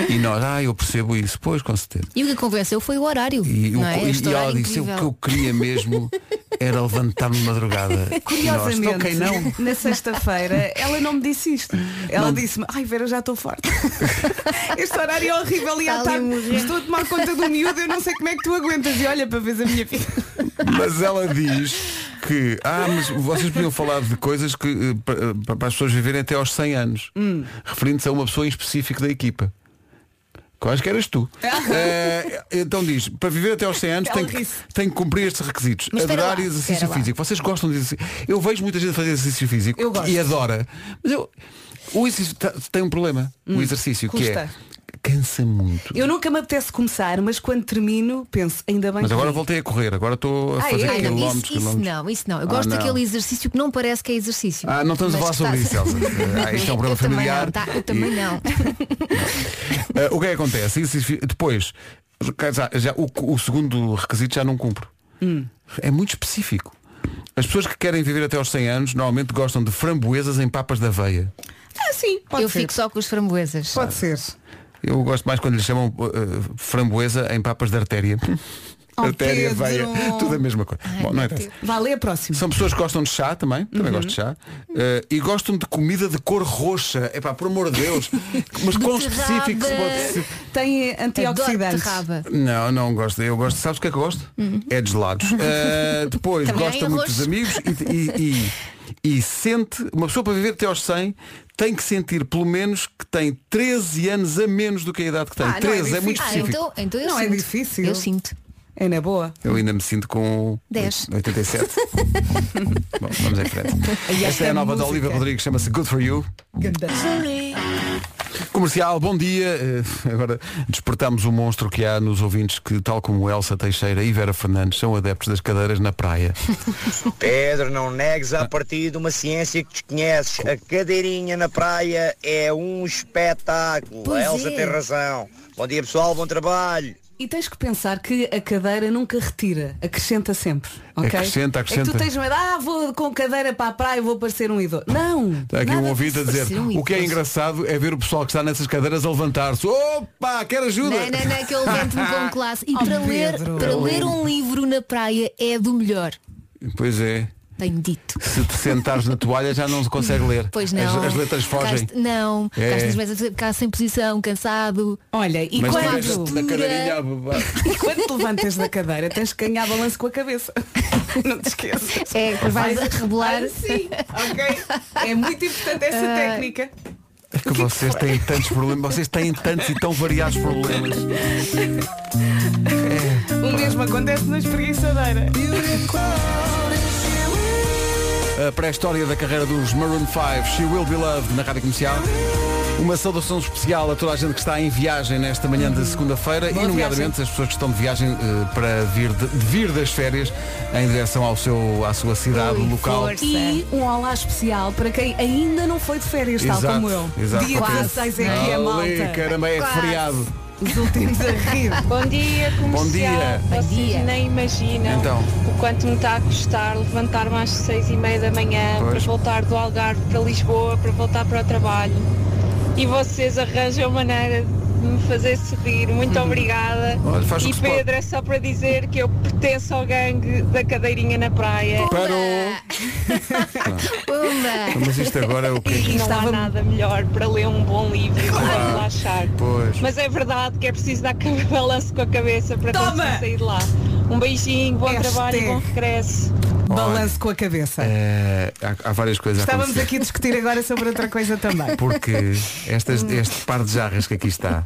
Speaker 2: E nós, ah, eu percebo isso, pois, com certeza.
Speaker 5: E o que convenceu foi o horário.
Speaker 2: E, o-
Speaker 5: não é?
Speaker 2: e-
Speaker 5: Este
Speaker 2: e ela
Speaker 5: horário
Speaker 2: disse, o
Speaker 5: incrível.
Speaker 2: que eu queria mesmo era levantar-me de madrugada. E nós,
Speaker 4: Curiosamente,
Speaker 2: "Então, quem não?
Speaker 4: na sexta-feira, ela não me disse isto. Ela disse-me, ai Vera, eu já estou forte. este horário é horrível e
Speaker 5: Está
Speaker 4: à
Speaker 5: ali a
Speaker 4: tarde
Speaker 5: morrer.
Speaker 4: estou a tomar conta do miúdo, eu não sei como é que tu aguentas. E olha para ver a minha filha.
Speaker 2: Mas ela diz que, ah, mas vocês podiam falar de coisas que eh, pa- eh, pa- para as pessoas viverem até aos 100 anos,
Speaker 4: Hum.
Speaker 2: referindo-se a uma pessoa em específico da equipa. Quase que eras tu. Eh, então diz, para viver até aos 100 anos
Speaker 4: Ela
Speaker 2: tem que,
Speaker 4: ri-se.
Speaker 2: tem que cumprir estes requisitos.
Speaker 4: Mas espera
Speaker 2: Adorar
Speaker 4: lá,
Speaker 2: exercício
Speaker 4: espera lá.
Speaker 2: físico. Vocês gostam de exercício. Eu vejo muita gente fazer exercício físico
Speaker 4: Eu gosto.
Speaker 2: e adora. Mas eu, o exercício ta- tem um problema.
Speaker 4: Hum,
Speaker 2: o exercício, que é
Speaker 4: custa.
Speaker 2: cansa muito.
Speaker 4: Eu nunca me apetece começar, mas quando termino, penso, ainda bem
Speaker 2: Mas
Speaker 4: que
Speaker 2: agora
Speaker 4: vim."
Speaker 2: voltei a correr, agora estou a
Speaker 5: Ah,
Speaker 2: fazer
Speaker 5: é? Não,
Speaker 2: quilómetros,
Speaker 5: isso, isso
Speaker 2: quilómetros.
Speaker 5: não, isso não. Eu
Speaker 2: Ah,
Speaker 5: gosto
Speaker 2: não.
Speaker 5: daquele exercício que não parece que é exercício.
Speaker 2: Ah, não estamos a
Speaker 5: Mas
Speaker 2: falar
Speaker 5: que
Speaker 2: sobre
Speaker 5: está-
Speaker 2: isso, Elsa. Ah, isto é um programa
Speaker 5: eu também
Speaker 2: familiar
Speaker 5: Não, tá? Eu também
Speaker 2: e-
Speaker 5: não.
Speaker 2: Ah, o que é que acontece? Isso- isso- depois, quer dizer, já, o, o segundo requisito já não cumpro.
Speaker 4: Hum.
Speaker 2: É muito específico. As pessoas que querem viver até aos 100 anos normalmente gostam de framboesas em papas da aveia.
Speaker 4: Ah, sim, pode
Speaker 5: Eu
Speaker 4: ser.
Speaker 5: fico só com os framboesas.
Speaker 4: Pode ser.
Speaker 2: Eu gosto mais quando lhe chamam ah, framboesa em papas de artéria.
Speaker 4: Oh,
Speaker 2: artéria,
Speaker 4: Pedro.
Speaker 2: veia, tudo a mesma coisa. Bom, não interessa.
Speaker 4: Vale a próxima.
Speaker 2: São pessoas que gostam de chá também, também gosto de
Speaker 4: Uhum.
Speaker 2: chá, eh, e gostam de comida de cor roxa. É pá, por amor de Deus. Mas quão específico se pode ser.
Speaker 4: Tem antioxidantes.
Speaker 2: Não, não gosto. Eu gosto. Sabes o que é que eu gosto? É de gelados. Eh, depois
Speaker 4: Também
Speaker 2: gosta
Speaker 4: há
Speaker 2: muito
Speaker 4: arroz.
Speaker 2: dos amigos e, e- e- e sente. Uma pessoa para viver até aos 100 tem que sentir pelo menos que tem 13 anos a menos do que a idade que tem. 13 é, muito
Speaker 5: ah,
Speaker 2: específico.
Speaker 5: então, então eu
Speaker 4: Não é
Speaker 5: sinto.
Speaker 4: difícil.
Speaker 5: Eu sinto.
Speaker 4: É na boa.
Speaker 2: Eu ainda me sinto com
Speaker 5: 10.
Speaker 2: 87. Bom, vamos em frente.
Speaker 4: E
Speaker 2: Esta é a
Speaker 4: esta
Speaker 2: nova da
Speaker 4: música?
Speaker 2: Olivia Rodrigues, chama-se Good for You. Comercial, bom dia. Eh, Agora despertamos o monstro que há nos ouvintes que, tal como Elsa Teixeira e Vera Fernandes, são adeptos das cadeiras na praia.
Speaker 12: Pedro, não negues a partir de uma ciência que desconheces. A cadeirinha na praia é um espetáculo.
Speaker 4: Pois
Speaker 12: a Elsa
Speaker 4: é.
Speaker 12: tem razão. Bom dia pessoal, bom trabalho.
Speaker 4: E tens que pensar que a cadeira nunca retira, acrescenta sempre. ok?
Speaker 2: Acrescenta, acrescenta.
Speaker 4: É que tu tens medo, ah, vou com cadeira para a praia e vou parecer um idoso. Não!
Speaker 2: Está aqui
Speaker 4: nada
Speaker 2: um
Speaker 4: de
Speaker 2: ouvido a dizer,
Speaker 4: parecer um
Speaker 2: o que é
Speaker 4: idoso.
Speaker 2: engraçado é ver o pessoal que está nessas cadeiras a levantar-se. Opa, quer
Speaker 5: Não,
Speaker 2: ajuda?
Speaker 5: não, não, Né, que eu levanto-me com classe. E
Speaker 4: Oh,
Speaker 5: para, ler,
Speaker 4: Pedro.
Speaker 5: para ler um livro na praia é do melhor.
Speaker 2: Pois é.
Speaker 5: Tenho dito.
Speaker 2: Se te sentares na toalha já não se consegue ler.
Speaker 5: Pois não.
Speaker 2: As, as letras
Speaker 5: Cá
Speaker 2: fogem.
Speaker 5: est- não,
Speaker 2: É.
Speaker 5: cá estás mesmo a ficar sem posição, cansado.
Speaker 4: Olha, e
Speaker 2: Mas
Speaker 4: quando-
Speaker 2: tiveste na cadeirinha a babar.
Speaker 4: E quando te levantas da cadeira tens que ganhar balanço com a cabeça. Não te esqueças.
Speaker 5: É, depois vais a rebolar.
Speaker 4: Ah, sim, ok? É muito importante essa
Speaker 5: Ah.
Speaker 4: técnica.
Speaker 2: É que vocês têm tantos problemas, vocês têm tantos e tão variados problemas.
Speaker 4: O mesmo acontece na espreguiçadeira.
Speaker 2: A pré-história da carreira dos Maroon 5, She Will Be Loved, na Rádio Comercial. Uma saudação especial a toda a gente que está em viagem nesta manhã de segunda-feira e
Speaker 4: Boa
Speaker 2: nomeadamente as pessoas que estão de viagem eh, para vir, de, de vir das férias em direção ao seu, à sua cidade local.
Speaker 4: E um olá especial para quem ainda não foi de férias, tal como eu.
Speaker 2: exato,
Speaker 4: Dia
Speaker 2: porque-
Speaker 4: 16 é que é malta.
Speaker 2: Ali, caramba, é
Speaker 4: Quase.
Speaker 2: feriado.
Speaker 4: Os últimos a rir.
Speaker 13: Bom dia, comercial.
Speaker 2: Bom dia.
Speaker 13: Vocês nem imaginam
Speaker 2: Então.
Speaker 13: o quanto me está a custar levantar-me às seis e meia da manhã
Speaker 2: Pois.
Speaker 13: para voltar do Algarve para Lisboa, para voltar para o trabalho. E vocês arranjam maneira de me fazer sorrir. Muito obrigada.
Speaker 2: Uhum. Olha, faz o
Speaker 13: e
Speaker 2: que se pode.
Speaker 13: Pedro, é só para dizer que eu pertenço ao gangue da cadeirinha na praia.
Speaker 2: Mas isto agora é o quê?
Speaker 13: E não há nada melhor para ler um bom livro e para
Speaker 2: Claro.
Speaker 13: relaxar.
Speaker 2: Pois.
Speaker 13: Mas é verdade que é preciso dar balanço com a cabeça para
Speaker 4: Toma!
Speaker 13: conseguir sair de lá. Um beijinho, bom
Speaker 4: Hashtag.
Speaker 13: trabalho e bom regresso.
Speaker 4: Balanço com a cabeça.
Speaker 2: Eh, há, há várias coisas a
Speaker 4: Estávamos
Speaker 2: acontecer.
Speaker 4: aqui a discutir agora sobre outra coisa também.
Speaker 2: Porque estas, este par de jarras que aqui está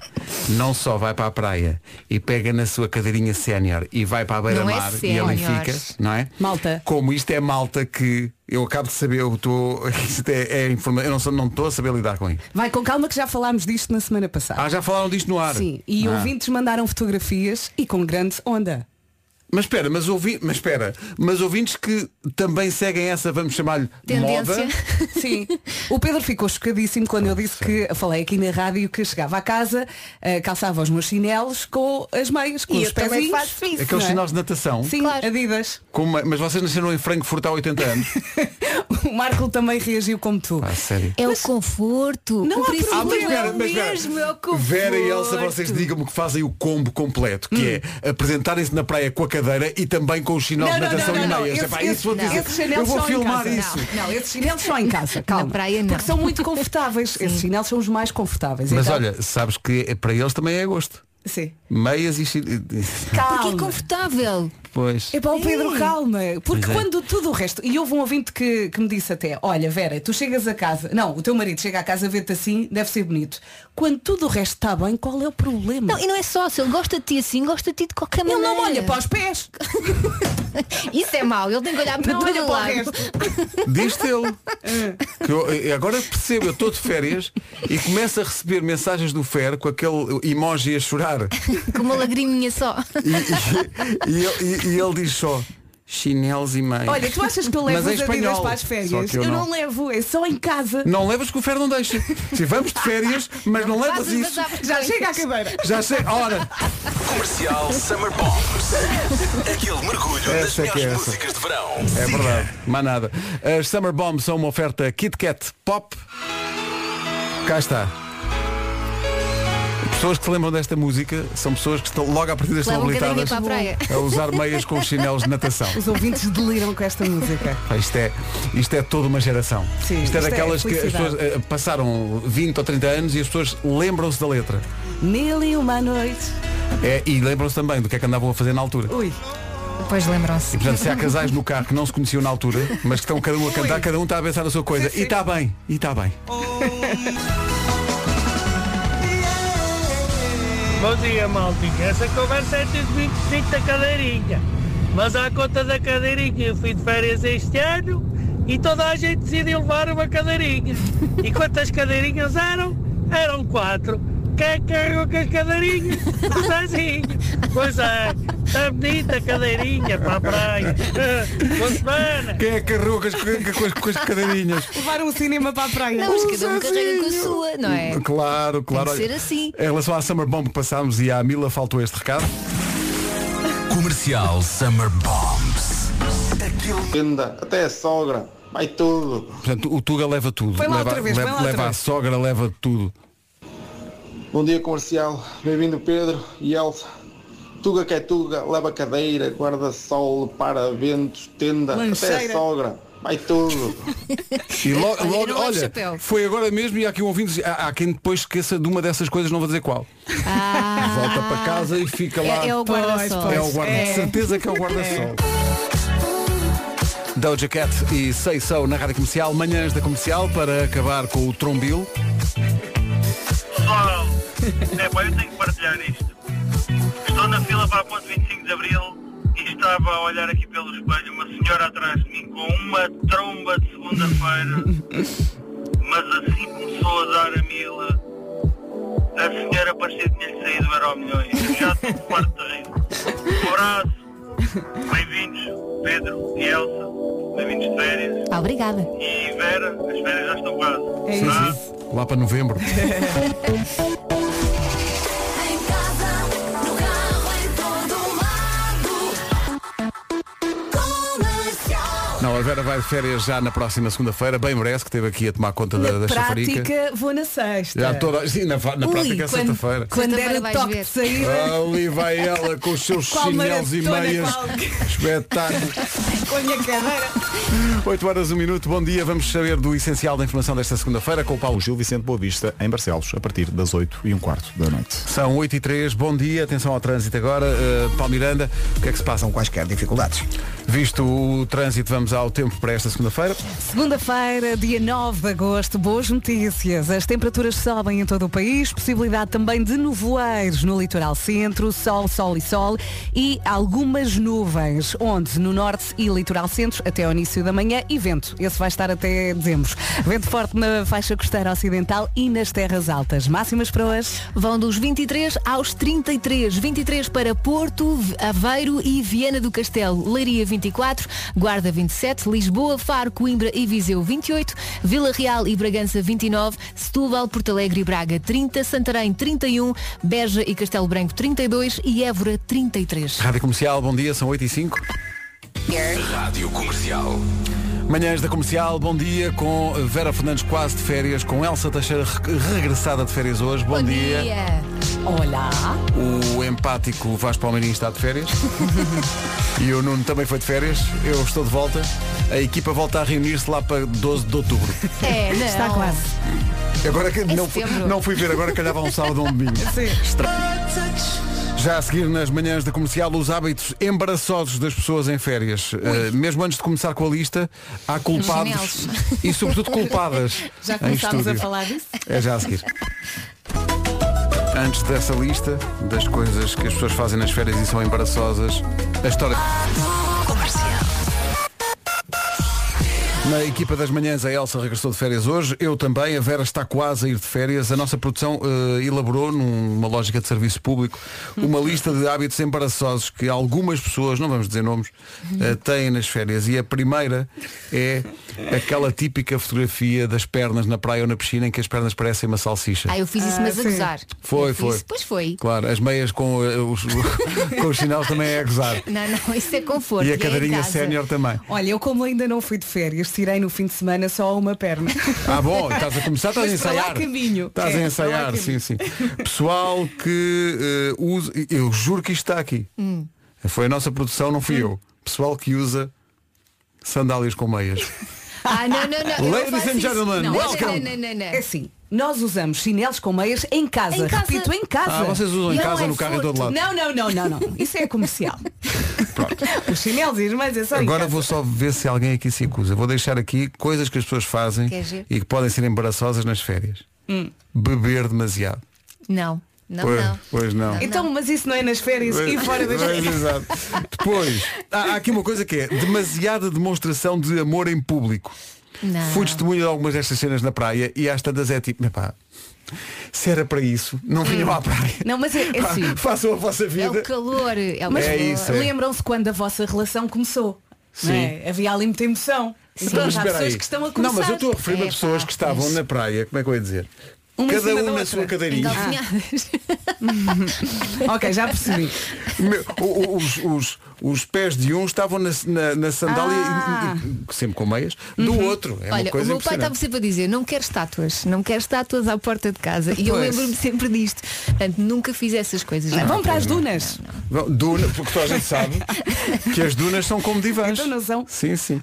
Speaker 2: não só vai para a praia e pega na sua cadeirinha sénior e vai para a beira-mar
Speaker 4: Não é
Speaker 2: e ali
Speaker 4: sénior.
Speaker 2: fica, não é?
Speaker 4: Malta.
Speaker 2: Como isto é malta que eu acabo de saber, eu estou. Isto é, é informa- eu não sou- não estou a saber lidar com isto.
Speaker 4: Vai com calma que já falámos disto na semana passada.
Speaker 2: Ah, já falaram disto no ar.
Speaker 4: Sim, e
Speaker 2: Ah.
Speaker 4: ouvintes mandaram fotografias e com grande onda.
Speaker 2: Mas espera, mas, ouvi, mas espera, mas ouvintes que também seguem essa, vamos chamar-lhe moda.
Speaker 4: Sim. O Pedro ficou chocadíssimo quando eu disse que falei aqui na rádio que chegava à casa, eh, calçava os meus chinelos com as meias, com
Speaker 2: E
Speaker 4: os
Speaker 2: eu também
Speaker 4: pezinhos.
Speaker 2: faço isso, Aqueles não é? chinelos de natação?
Speaker 4: Sim, Adidas.
Speaker 2: Com uma- mas vocês nasceram em Frankfurt há 80 anos.
Speaker 4: O Marco também reagiu como tu.
Speaker 2: Ah, sério.
Speaker 5: É o conforto.
Speaker 4: Não
Speaker 5: o
Speaker 4: há
Speaker 5: problema
Speaker 4: problema.
Speaker 5: é o
Speaker 4: Ah, mas espera, mas
Speaker 5: mesmo, é o conforto.
Speaker 2: Vera e Elsa, vocês digam-me que fazem o combo completo, que
Speaker 4: Hum.
Speaker 2: é apresentarem-se na praia com a cadeira e também com os chinelos de natação é e meias. Epá, isso vou dizer.
Speaker 4: esses chinelos
Speaker 2: Eu vou
Speaker 4: só em
Speaker 2: filmar
Speaker 4: casa.
Speaker 2: isso.
Speaker 4: Não, não, esses chinelos só em casa, calma. Porque são muito confortáveis. Esses chinelos são os mais confortáveis.
Speaker 2: Mas
Speaker 4: então-
Speaker 2: olha, sabes que é- para eles também é gosto.
Speaker 4: Sim.
Speaker 2: Meias e chi-
Speaker 4: Calma. Porque é confortável.
Speaker 2: Pois.
Speaker 4: É para o Pedro,
Speaker 2: Sim.
Speaker 4: calma. Porque
Speaker 2: Pois é.
Speaker 4: quando tudo o resto. E houve um ouvinte que, que me disse até, olha Vera, tu chegas a casa. Não, o teu marido chega a casa, vê-te assim, deve ser bonito. Quando tudo o resto está bem, qual é o problema?
Speaker 5: Não, e não é só, se ele gosta de ti assim, gosta de ti de qualquer
Speaker 4: Ele não é.
Speaker 5: maneira.
Speaker 4: olha para os pés.
Speaker 5: Isso é mau, ele tem que olhar para
Speaker 4: Não
Speaker 5: todo
Speaker 4: olha para o
Speaker 5: lado.
Speaker 2: Diz-te ele. Que eu, eh, agora percebo, eu estou de férias e começo a receber mensagens do Fer com aquele emoji a chorar.
Speaker 5: Com uma lagriminha só.
Speaker 2: E, e- e ele- e- e ele diz só, chinelos e meias.
Speaker 4: Olha, tu achas que eu
Speaker 2: Mas
Speaker 4: levo
Speaker 2: em
Speaker 4: as
Speaker 2: espanhol,
Speaker 4: adidas para as
Speaker 2: só
Speaker 4: férias?
Speaker 2: que
Speaker 4: Eu,
Speaker 2: eu
Speaker 4: não. levo, é só em casa.
Speaker 2: Não levas que o Fer não deixa. Se vamos de férias, mas não, levas
Speaker 4: fazes
Speaker 2: isso.
Speaker 4: as Já chega à cadeira.
Speaker 2: Já sei, ora.
Speaker 14: Comercial Summer Bombs. Aquele mergulho nas
Speaker 2: Essa é que é
Speaker 14: melhores
Speaker 2: essa.
Speaker 14: músicas de verão.
Speaker 2: É verdade, mais nada. As Summer Bombs são uma oferta Kit Kat Pop. Cá está. Pessoas que se lembram desta música são pessoas que estão logo à partida estão
Speaker 4: Levam um bocadinho
Speaker 2: habilitadas
Speaker 4: para a praia.
Speaker 2: a usar meias com os chinelos de natação.
Speaker 4: Os ouvintes deliram com esta música.
Speaker 2: Pá, Isto é, isto é toda uma geração.
Speaker 4: Sim,
Speaker 2: isto
Speaker 4: isto
Speaker 2: é
Speaker 4: é
Speaker 2: daquelas que as
Speaker 4: felicidade.
Speaker 2: pessoas eh, passaram 20 ou 30 anos e as pessoas lembram-se da letra.
Speaker 4: Mil e uma noite.
Speaker 2: É, e lembram-se também do que é que andavam a fazer na altura.
Speaker 4: Ui.
Speaker 5: Depois lembram-se.
Speaker 2: E portanto, se há casais no carro que não se conheciam na altura, mas que estão cada um a cantar, cada um está a pensar na sua coisa. E está bem, e está bem.
Speaker 15: Bom dia, Maltinho. Essa conversa é dos 25 da cadeirinha. Mas à conta da cadeirinha, eu fui de férias este ano e toda a gente decidiu levar uma cadeirinha. E quantas cadeirinhas eram? Eram quatro. Quem é que carregou com as cadeirinhas? O Zezinho. Pois é, está bonita a cadeirinha para a praia. Boa semana.
Speaker 2: Quem é que carregou com as, com as- com as cadeirinhas?
Speaker 4: Levaram o cinema para a praia.
Speaker 5: Não, mas cada um carrega com a sua, não é?
Speaker 2: Claro, claro.
Speaker 5: Tem que
Speaker 2: Olha,
Speaker 5: ser assim.
Speaker 2: Em relação à Summer Bomb que passámos e à Mila faltou este recado.
Speaker 14: Comercial Summer Bombs.
Speaker 16: Venda, até a sogra, vai tudo.
Speaker 2: Portanto, o Tuga leva tudo.
Speaker 16: Põe lá
Speaker 2: leva
Speaker 16: outra vez,
Speaker 2: leva,
Speaker 16: põe lá outra
Speaker 2: leva a
Speaker 16: vez.
Speaker 2: sogra, leva tudo.
Speaker 16: Bom dia comercial, bem-vindo Pedro e Elsa. Tuga que é tuga, leva cadeira, guarda-sol, para-ventos, tenda, até
Speaker 2: Lancheira.
Speaker 16: a sogra, vai tudo.
Speaker 2: E lo-
Speaker 16: Olha,
Speaker 2: logo,
Speaker 16: não
Speaker 2: olha,
Speaker 16: leva chapéu.
Speaker 2: foi agora mesmo e há aqui um ouvinte, diz, há, há quem depois esqueça de uma dessas coisas, não vou dizer qual. Volta para casa e fica
Speaker 5: É-
Speaker 2: lá.
Speaker 5: é o guarda-sol.
Speaker 2: É o guarda-
Speaker 5: É.
Speaker 2: Certeza que é o guarda-sol. Doja Cat e Sei So na Rádio Comercial, manhãs da Comercial, para acabar com o trombil.
Speaker 17: Olá. É bom, eu tenho que partilhar isto. Estou na fila para a ponte 25 de Abril e estava a olhar aqui pelo espelho uma senhora atrás de mim com uma tromba de segunda-feira. Mas assim começou a dar a mila. A senhora parecia que tinha saído do Euro Milhões. Eu já estou farto de rir. Um abraço. Bem-vindos, Pedro e Elsa. Bem-vindos de férias.
Speaker 5: Obrigada.
Speaker 17: E Vera, as férias já estão quase.
Speaker 2: Sim,
Speaker 17: Tá?
Speaker 2: sim. Lá para novembro. Não, a Vera vai de férias já na próxima segunda-feira, bem merece, que esteve aqui a tomar conta da, da chafarica.
Speaker 4: Prática, vou na sexta.
Speaker 2: Já toda, sim, na, fa- na
Speaker 4: Ui,
Speaker 2: prática é
Speaker 4: quando-
Speaker 2: sexta-feira.
Speaker 4: Quando era top de saída.
Speaker 2: Ali vai ela com os seus
Speaker 4: Qual
Speaker 2: chinelos e
Speaker 4: maratona,
Speaker 2: meias.
Speaker 4: qual-
Speaker 2: Espetáculo.
Speaker 13: com a minha cadeira.
Speaker 2: 8 horas, 1 minuto, bom dia. Vamos saber do essencial da informação desta segunda-feira com o Paulo
Speaker 11: Gil Vicente Boavista, em Barcelos, a partir das 8 e um quarto da noite.
Speaker 2: São 8 e 3, bom dia, atenção ao trânsito agora. Uh, Paulo Miranda, o que é que se passam?
Speaker 3: Quaisquer dificuldades.
Speaker 2: Visto o trânsito, vamos ao tempo para esta segunda-feira.
Speaker 4: Segunda-feira, dia 9 de agosto, boas notícias. As temperaturas sobem em todo o país, possibilidade também de nevoeiros no litoral centro, sol, sol e sol e algumas nuvens, onde no norte e litoral centro até ao início da manhã e vento. Esse vai estar até dezembro. Vento forte na faixa costeira ocidental e nas terras altas. Máximas para hoje?
Speaker 5: Vão dos 23 aos 33. 23 para Porto, Aveiro e Viana do Castelo. Leiria 24, Guarda 27, Lisboa, Faro, Coimbra e Viseu 28, Vila Real e Bragança 29, Setúbal, Porto Alegre e Braga 30, Santarém 31, Beja e Castelo Branco 32 e Évora 33.
Speaker 2: Rádio Comercial, bom dia, são 8 e 5.
Speaker 14: Rádio Comercial.
Speaker 2: Manhãs da Comercial, bom dia, com Vera Fernandes quase de férias, com Elsa Teixeira re- regressada de férias hoje. Bom,
Speaker 5: Olá.
Speaker 2: O empático Vasco Palmeirinho está de férias e o Nuno também foi de férias. Eu estou de volta. A equipa volta a reunir-se lá para 12 de outubro.
Speaker 5: É, não.
Speaker 4: Está quase.
Speaker 2: Agora que
Speaker 4: Em
Speaker 2: não, fui-
Speaker 4: setembro.
Speaker 2: não fui ver, agora calhava um sábado ou um domingo. Já a seguir nas manhãs da comercial, os hábitos embaraçosos das pessoas em férias. Eh, mesmo antes de começar com a lista, há culpados
Speaker 5: Chinelos.
Speaker 2: e sobretudo culpadas.
Speaker 5: Já
Speaker 2: em
Speaker 5: começámos a
Speaker 2: estúdio.
Speaker 5: falar disso?
Speaker 2: É já a seguir. Antes dessa lista das coisas que as pessoas fazem nas férias e são embaraçosas, a história. Na equipa das manhãs, a Elsa regressou de férias hoje, eu também, a Vera está quase a ir de férias. A nossa produção eh, elaborou, numa lógica de serviço público, uma lista de hábitos embaraçosos que algumas pessoas, não vamos dizer nomes, eh, têm nas férias. E a primeira é aquela típica fotografia das pernas na praia ou na piscina em que as pernas parecem uma salsicha.
Speaker 5: Ah, eu fiz isso,
Speaker 4: Ah,
Speaker 5: mas a
Speaker 4: sim.
Speaker 5: gozar.
Speaker 2: Foi,
Speaker 5: Eu fiz
Speaker 2: foi.
Speaker 5: isso, Pois foi.
Speaker 2: Claro, as meias com eh, os, com os sinais também é a gozar.
Speaker 5: Não, não, isso é conforto.
Speaker 2: E a
Speaker 5: é em
Speaker 2: cadeirinha
Speaker 5: casa.
Speaker 2: sénior também.
Speaker 4: Olha, eu como ainda não fui de férias, tirei no fim de semana só uma perna.
Speaker 2: Ah bom, estás a começar, estás a
Speaker 4: Mas para lá
Speaker 2: ensaiar.
Speaker 4: caminho. É,
Speaker 2: Estás a
Speaker 4: para lá
Speaker 2: ensaiar,
Speaker 4: caminho.
Speaker 2: sim, sim. Pessoal que eh, usa. Eu juro que isto está aqui.
Speaker 4: Hum.
Speaker 2: Foi a nossa produção, não fui eu. Pessoal que usa sandálias com meias.
Speaker 5: Ah, não, não, não. eu não
Speaker 2: Ladies
Speaker 5: faço
Speaker 2: and gentlemen,
Speaker 5: isso. não,
Speaker 2: welcome.
Speaker 5: Não, não, não, não.
Speaker 4: É assim, nós usamos chinelos com meias em casa.
Speaker 5: Em casa.
Speaker 4: Repito, em casa.
Speaker 2: Ah, vocês usam em
Speaker 4: Não
Speaker 2: casa,
Speaker 4: é
Speaker 2: no carro, em todo
Speaker 4: furto.
Speaker 2: lado.
Speaker 4: Não, não, não, não, não. Isso é comercial. Os chinelos e as meias é só em
Speaker 2: Agora
Speaker 4: casa.
Speaker 2: vou só ver se alguém aqui se acusa. Vou deixar aqui coisas que as pessoas fazem
Speaker 5: Quer giro?
Speaker 2: e que podem ser embaraçosas nas férias.
Speaker 4: Hum.
Speaker 2: Beber demasiado.
Speaker 5: Não, não,
Speaker 2: pois,
Speaker 5: não.
Speaker 2: pois não.
Speaker 4: Então, mas isso não é nas férias e fora das
Speaker 2: Pois,
Speaker 4: férias.
Speaker 2: exato. Depois, há, há aqui uma coisa que é demasiada demonstração de amor em público.
Speaker 5: Não.
Speaker 2: Fui testemunha de algumas destas cenas na praia e às tantas é tipo, "Epá, se era para isso, não vinham à praia.
Speaker 4: Não, mas é, é assim.
Speaker 2: Façam a vossa vida.
Speaker 5: É o calor. É o
Speaker 4: Mas
Speaker 5: calor.
Speaker 2: isso, é.
Speaker 4: lembram-se quando a vossa relação começou? não
Speaker 2: Sim.
Speaker 4: é? Havia ali muita emoção.
Speaker 2: Sim.
Speaker 4: Então, há
Speaker 2: espera
Speaker 4: pessoas
Speaker 2: aí.
Speaker 4: que estão a começar.
Speaker 2: Não, mas eu estou a referir-me a
Speaker 4: É,
Speaker 2: pessoas
Speaker 4: pá,
Speaker 2: que estavam
Speaker 4: mas-
Speaker 2: na praia, como é que eu ia dizer?
Speaker 4: Uma em
Speaker 2: Cada
Speaker 4: cima
Speaker 2: um
Speaker 4: da
Speaker 2: na
Speaker 4: outra. Então,
Speaker 2: sua
Speaker 5: Então,
Speaker 2: cadeirinha.
Speaker 5: Engalfinhadas.
Speaker 4: ok, já percebi.
Speaker 2: Meu, o- o- os, os- os pés de um estavam na, na- na sandália,
Speaker 5: Ah.
Speaker 2: e- e- sempre com meias, do
Speaker 4: Uhum.
Speaker 2: outro. É uma
Speaker 5: Olha, o
Speaker 2: coisa
Speaker 5: meu pai estava
Speaker 2: impressionante.
Speaker 5: sempre a dizer, não quero estátuas, não quero estátuas à porta de casa. E eu
Speaker 2: Pois.
Speaker 5: lembro-me sempre disto. Portanto, nunca fiz essas coisas.
Speaker 4: Vão
Speaker 5: Não.
Speaker 4: para as dunas.
Speaker 2: Bom, Duna, porque toda a gente sabe que as dunas são como divãs.
Speaker 4: Então não são.
Speaker 2: Sim, sim.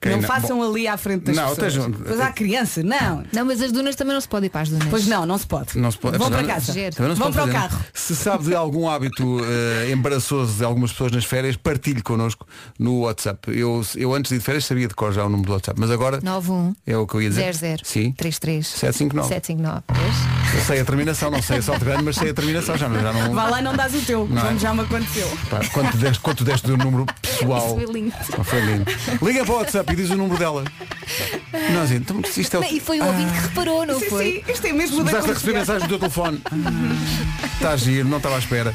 Speaker 2: Quem
Speaker 4: Não, façam
Speaker 2: bom,
Speaker 4: ali à frente das
Speaker 2: Não,
Speaker 4: pessoas.
Speaker 2: estejam-
Speaker 4: Pois há criança, não.
Speaker 5: Não, mas as dunas também não se pode ir para as dunas.
Speaker 4: Pois não, não se pode.
Speaker 2: Não se pode,
Speaker 4: Vão para
Speaker 2: também não-
Speaker 4: casa.
Speaker 2: também não se
Speaker 4: Vão
Speaker 2: pode
Speaker 4: para o
Speaker 2: fazer, né? não.
Speaker 4: carro.
Speaker 2: Se sabe de algum hábito eh, embaraçoso de algumas pessoas nas férias, partilhe connosco no WhatsApp. Eu, eu antes de ir de férias sabia de cor já o número do WhatsApp, mas agora
Speaker 5: 91
Speaker 2: é o que eu ia dizer.
Speaker 5: 00
Speaker 2: Sim.
Speaker 5: 33
Speaker 2: 759.
Speaker 5: 759. Pois.
Speaker 2: Eu sei a terminação, não sei a sorte grande, mas sei a terminação. Já, já não.
Speaker 4: Vá lá e não dás o teu.
Speaker 2: Não é?
Speaker 4: Como já me aconteceu.
Speaker 2: Pá, quanto, deste, quanto deste do número pessoal?
Speaker 5: Isso foi lindo.
Speaker 2: Ah, foi lindo. Liga para o WhatsApp e diz o número dela. Não, gente, então, isto é o...
Speaker 5: E foi um
Speaker 2: Ah.
Speaker 5: ouvinte que reparou, não
Speaker 4: sim,
Speaker 5: foi?
Speaker 4: sim, isto é mesmo da
Speaker 2: Começaste a
Speaker 4: confiança.
Speaker 2: receber mensagens do teu telefone. Está a giro, não estava à espera.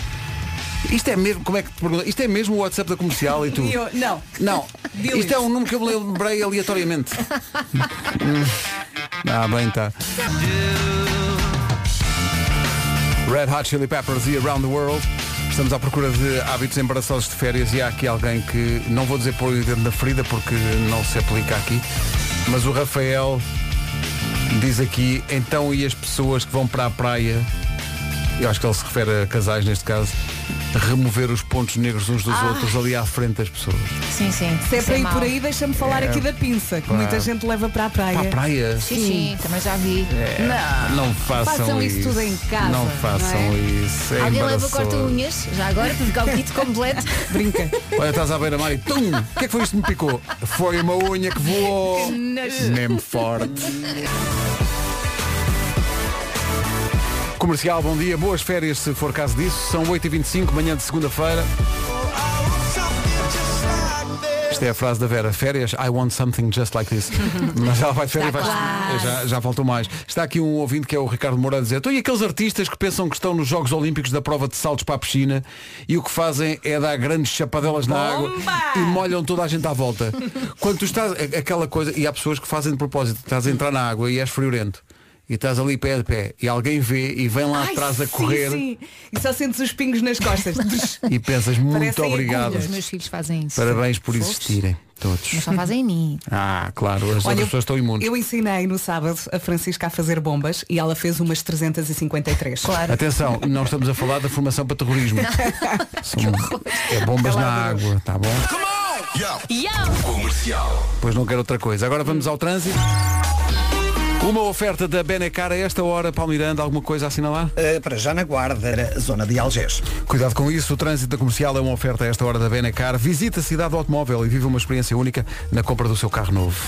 Speaker 2: Isto é mesmo, como é que te pergunta? Isto é mesmo o WhatsApp da comercial e tu?
Speaker 4: E eu- Não.
Speaker 2: Não.
Speaker 4: Dilis.
Speaker 2: Isto é um número que eu me lembrei aleatoriamente. Hum. ah, bem tá. Red Hot Chili Peppers e Around the World. Estamos à procura de hábitos embaraçosos de férias e há aqui alguém que, não vou dizer pôr o dedo na ferida porque não se aplica aqui, mas o Rafael diz aqui, então e as pessoas que vão para a praia Eu acho que ele se refere a casais, neste caso, a remover os pontos negros uns dos
Speaker 4: Ah.
Speaker 2: outros ali à frente das pessoas.
Speaker 5: Sim, sim.
Speaker 4: Se é
Speaker 5: Isso
Speaker 4: para ir
Speaker 5: mau.
Speaker 4: por aí, deixa-me falar
Speaker 2: É.
Speaker 4: aqui da pinça, que
Speaker 2: Pá.
Speaker 4: muita gente leva para a praia.
Speaker 2: Para a praia?
Speaker 5: Sim, sim, também já vi.
Speaker 2: É, não façam,
Speaker 5: Façam isso tudo em casa,
Speaker 2: Não
Speaker 5: não
Speaker 2: façam
Speaker 5: é?
Speaker 2: isso. É
Speaker 5: Alguém leva
Speaker 2: embaraçoso.
Speaker 5: corta-unhas, já agora, para ficar o kit completo.
Speaker 4: Brinca.
Speaker 2: Olha, estás à beira-mar e tum! O que é que foi isto que me picou? Foi uma unha que voou!
Speaker 5: Que nojo.
Speaker 2: Mesmo forte. Comercial, bom dia, boas férias se for caso disso. São 8h25, manhã de segunda-feira. Esta é a frase da Vera, férias, I want something just like this. Mas ela vai de férias e vai.
Speaker 18: Está claro.
Speaker 2: Já, já faltou mais. Está aqui um ouvinte que é o Ricardo Moura a dizer, então e aqueles artistas que pensam que estão nos Jogos Olímpicos da prova de saltos para a piscina e o que fazem é dar grandes chapadelas na água e molham toda a gente à volta. Quando tu estás, a- aquela coisa, e há pessoas que fazem de propósito, estás a entrar na água e és friorento. E estás ali pé de pé e alguém vê e vem lá
Speaker 4: Ai,
Speaker 2: atrás a
Speaker 4: sim,
Speaker 2: correr
Speaker 4: sim. E só sentes os pingos nas costas.
Speaker 2: e pensas muito
Speaker 4: Parecem
Speaker 2: obrigado.
Speaker 4: agulhas,
Speaker 5: Os meus filhos fazem isso.
Speaker 2: Parabéns por
Speaker 5: Fofos.
Speaker 2: existirem todos.
Speaker 5: Mas só fazem em mim.
Speaker 2: Ah, claro, as outras pessoas estão imunes.
Speaker 4: Eu ensinei no sábado a Francisca a fazer bombas e ela fez umas 353. Claro.
Speaker 2: Atenção, não estamos a falar da formação para terrorismo. São é bombas na água, tá bom?
Speaker 14: Comercial.
Speaker 2: Pois não quero outra coisa. Agora vamos ao trânsito. Uma oferta da Benecar a esta hora, Palmiranda, alguma coisa a assinalar?
Speaker 3: Eh, para já na guarda, era zona de Algés.
Speaker 2: Cuidado com isso, o trânsito da comercial é uma oferta a esta hora da Benecar. Visita a cidade do automóvel e vive uma experiência única na compra do seu carro novo.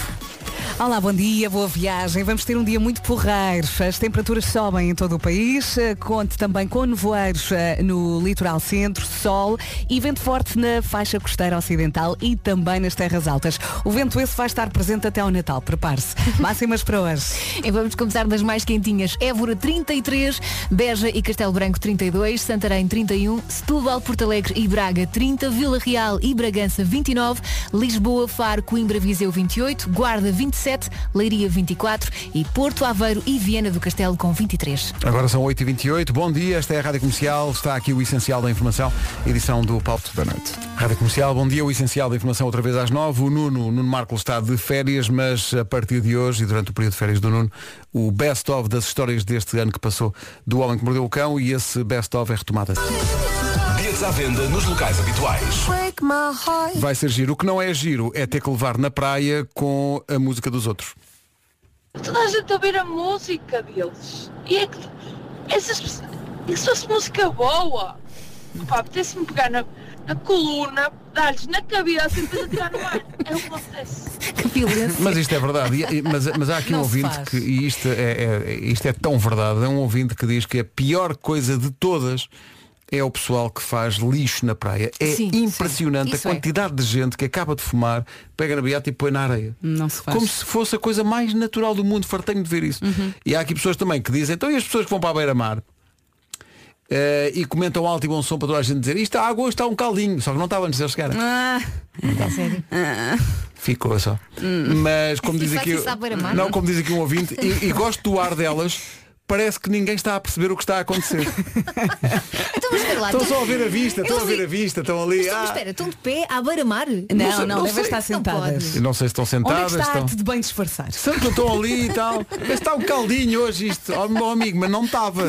Speaker 4: Olá, bom dia, boa viagem. Vamos ter um dia muito porreiro. As temperaturas sobem em todo o país. Eh, Conte também com nevoeiros eh, no litoral centro, sol e vento forte na faixa costeira ocidental e também nas terras altas. O vento esse vai estar presente até ao Natal, prepare-se. Máximas para hoje.
Speaker 5: E vamos começar das mais quentinhas. Évora 33, Beja e Castelo Branco 32, Santarém 31, Setúbal, Porto Alegre e Braga 30, Vila Real e Bragança 29, Lisboa, Faro, Coimbra, Viseu 28, Guarda 27, Leiria 24 e Porto Aveiro e Viena do Castelo com 23.
Speaker 2: Agora são 8h28, bom dia, esta é a Rádio Comercial, está aqui o Essencial da Informação, edição do Pauto da Noite. Rádio Comercial, bom dia, o Essencial da Informação outra vez às 9 o Nuno, o Nuno Marco está de férias, mas a partir de hoje e durante o período de férias do Nuno, o best-of das histórias deste ano que passou do Homem que Mordeu o Cão e esse best-of é retomada.
Speaker 14: Bilhetes à venda nos locais habituais.
Speaker 2: Vai ser giro, o que não é giro é ter que levar na praia com a música dos outros.
Speaker 13: Toda a gente a ouvir tá a música deles. E é que essas pessoas. E se fosse música boa? Pá, apetece-me pegar na, na coluna, dar-lhes na cabeça e depois atirar no ar. É o que acontece.
Speaker 2: Mas isto é verdade. E- e- mas, mas há aqui um
Speaker 13: Não se
Speaker 2: ouvinte
Speaker 13: faz.
Speaker 2: que, e isto é, é- isto é tão verdade, é um ouvinte que diz que a pior coisa de todas é o pessoal que faz lixo na praia. É
Speaker 4: Sim,
Speaker 2: impressionante
Speaker 4: sim. Isso
Speaker 2: a
Speaker 4: é.
Speaker 2: quantidade de gente que acaba de fumar, pega na beata e põe na areia.
Speaker 4: Não se faz. Uhum.
Speaker 2: Como se fosse a coisa mais natural do mundo, fartenho de ver isso. E há aqui pessoas também que dizem, então e as pessoas que vão para a beira-mar? Eh, e comentam alto e bom som para toda a gente dizer isto a água está um caldinho, só que não estava antes de eles chegarem.
Speaker 4: Ah, sério?
Speaker 2: Ficou só. Mas como
Speaker 5: E
Speaker 2: diz
Speaker 5: faz
Speaker 2: aqui.
Speaker 5: isso à beira-mar,
Speaker 2: Não,
Speaker 5: não?
Speaker 2: como diz aqui um ouvinte, e, e gosto do ar delas, parece que ninguém está a perceber o que está a acontecer.
Speaker 5: Então, mas espera lá.
Speaker 2: Estão
Speaker 5: então-
Speaker 2: só a ver a vista, estão a
Speaker 5: Eles-
Speaker 2: ver a vista, estão ali.
Speaker 5: Mas
Speaker 2: Ah,
Speaker 5: espera, estão de pé à beira-mar?
Speaker 4: Não, não, devem
Speaker 5: sei.
Speaker 4: estar sentadas.
Speaker 5: pode.
Speaker 2: eu não sei se estão
Speaker 4: Onde é
Speaker 2: sentadas.
Speaker 4: que está a
Speaker 2: estão...
Speaker 4: arte de bem disfarçar?
Speaker 2: Sempre estão ali e tal. Mas está um caldinho hoje isto. Ó meu amigo, mas não estava.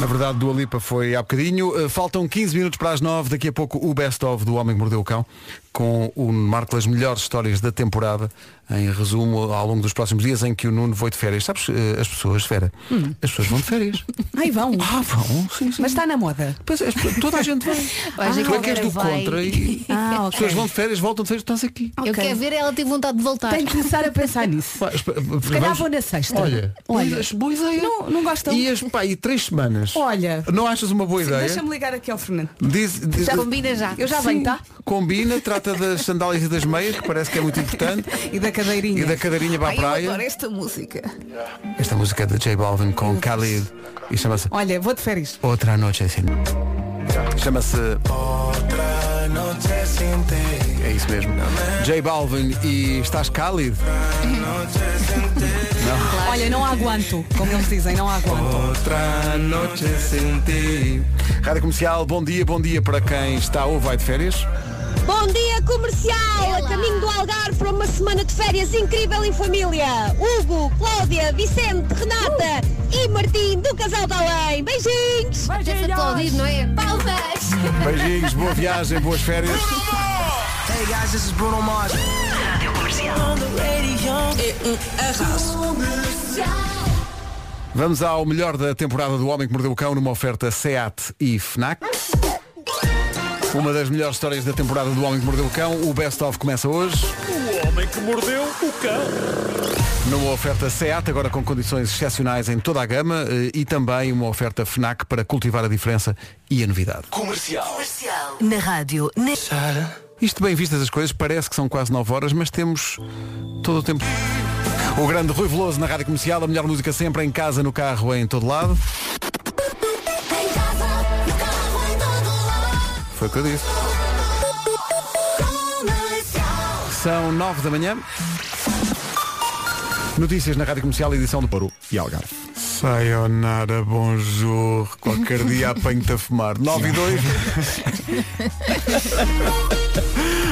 Speaker 2: Na verdade, Dua Lipa foi há bocadinho. Eh, Faltam 15 minutos para as 9. Daqui a pouco o Best of do Homem que Mordeu o Cão, com o Nuno Marco as melhores histórias da temporada, em resumo, ao longo dos próximos dias, em que o Nuno foi de férias. Sabes, eh, as pessoas, Fera,
Speaker 4: Hum.
Speaker 2: as pessoas vão de férias.
Speaker 4: Ai, vão.
Speaker 2: Ah, vão, sim, sim.
Speaker 4: Mas está na moda.
Speaker 2: Pois é, toda a gente vai.
Speaker 5: Olha,
Speaker 2: tu é
Speaker 5: a
Speaker 2: que és
Speaker 5: Vera
Speaker 2: do
Speaker 5: vai.
Speaker 2: contra e
Speaker 4: Ah,
Speaker 2: as
Speaker 4: ok. Ah,
Speaker 2: pessoas vão de férias, voltam de férias, estás aqui.
Speaker 5: Eu quero ver ela ter vontade de voltar.
Speaker 4: Tenho que começar a pensar nisso.
Speaker 2: Pá, esp-
Speaker 4: Se calhar
Speaker 2: vamos-
Speaker 4: vou na sexta.
Speaker 2: Olha,
Speaker 4: Olha.
Speaker 2: boa ideia.
Speaker 4: Não, não gostam.
Speaker 2: E, as, pá, e três semanas.
Speaker 4: Olha.
Speaker 2: Não achas uma boa
Speaker 4: Sim,
Speaker 2: ideia?
Speaker 4: Deixa-me ligar aqui ao Fernando.
Speaker 2: Diz- diz-
Speaker 4: já. Eu já
Speaker 2: Sim,
Speaker 4: venho, tá?
Speaker 2: Combina, trata das sandálias e das meias, que parece que é muito importante.
Speaker 4: E da cadeirinha.
Speaker 2: E da cadeirinha para a
Speaker 4: Ai, eu
Speaker 2: praia.
Speaker 4: adoro esta música.
Speaker 2: Esta música é de J Balvin com Khalid e chama-se
Speaker 4: Olha, vou de férias.
Speaker 2: Outra Noite Assim. Chama-se É isso mesmo. J Balvin e estás Khalid? Não.
Speaker 4: Olha, não aguanto, como eles dizem, não aguanto.
Speaker 2: Oh. Outra noite sem ti. Rádio Comercial, bom dia, bom dia para quem está ou vai de férias.
Speaker 18: Bom dia comercial, a caminho do Algarve para uma semana de férias incrível em família. Hugo, Cláudia, Vicente, Renata
Speaker 4: Uh!
Speaker 18: e Martim do Casal da Além. Beijinhos!
Speaker 5: Beijinhos! aplaudir, não é? Palmas!
Speaker 2: Beijinhos, boa viagem, boas férias.
Speaker 1: Hey guys, this is Bruno Mars. Rádio Comercial. É um arraso.
Speaker 2: Vamos ao melhor da temporada do Homem que Mordeu o Cão numa oferta SEAT e FNAC. Uma das melhores histórias da temporada do Homem que Mordeu o Cão, o Best of começa hoje.
Speaker 14: O homem que mordeu o cão.
Speaker 2: Numa oferta SEAT, agora com condições excepcionais em toda a gama eh, e também uma oferta FNAC para cultivar a diferença e a novidade.
Speaker 14: Comercial.
Speaker 8: Na rádio, na...
Speaker 2: Isto bem vistas as coisas, parece que são quase 9 horas, mas temos todo o tempo. O grande Rui Veloso na Rádio Comercial, a melhor música sempre, em casa, no carro, em todo lado. Foi o que eu disse. São 9 da manhã. Notícias na Rádio Comercial, edição do Peru e Algarve. Sayonara, bonjour, qualquer dia apanho-te a fumar. 9 e 2.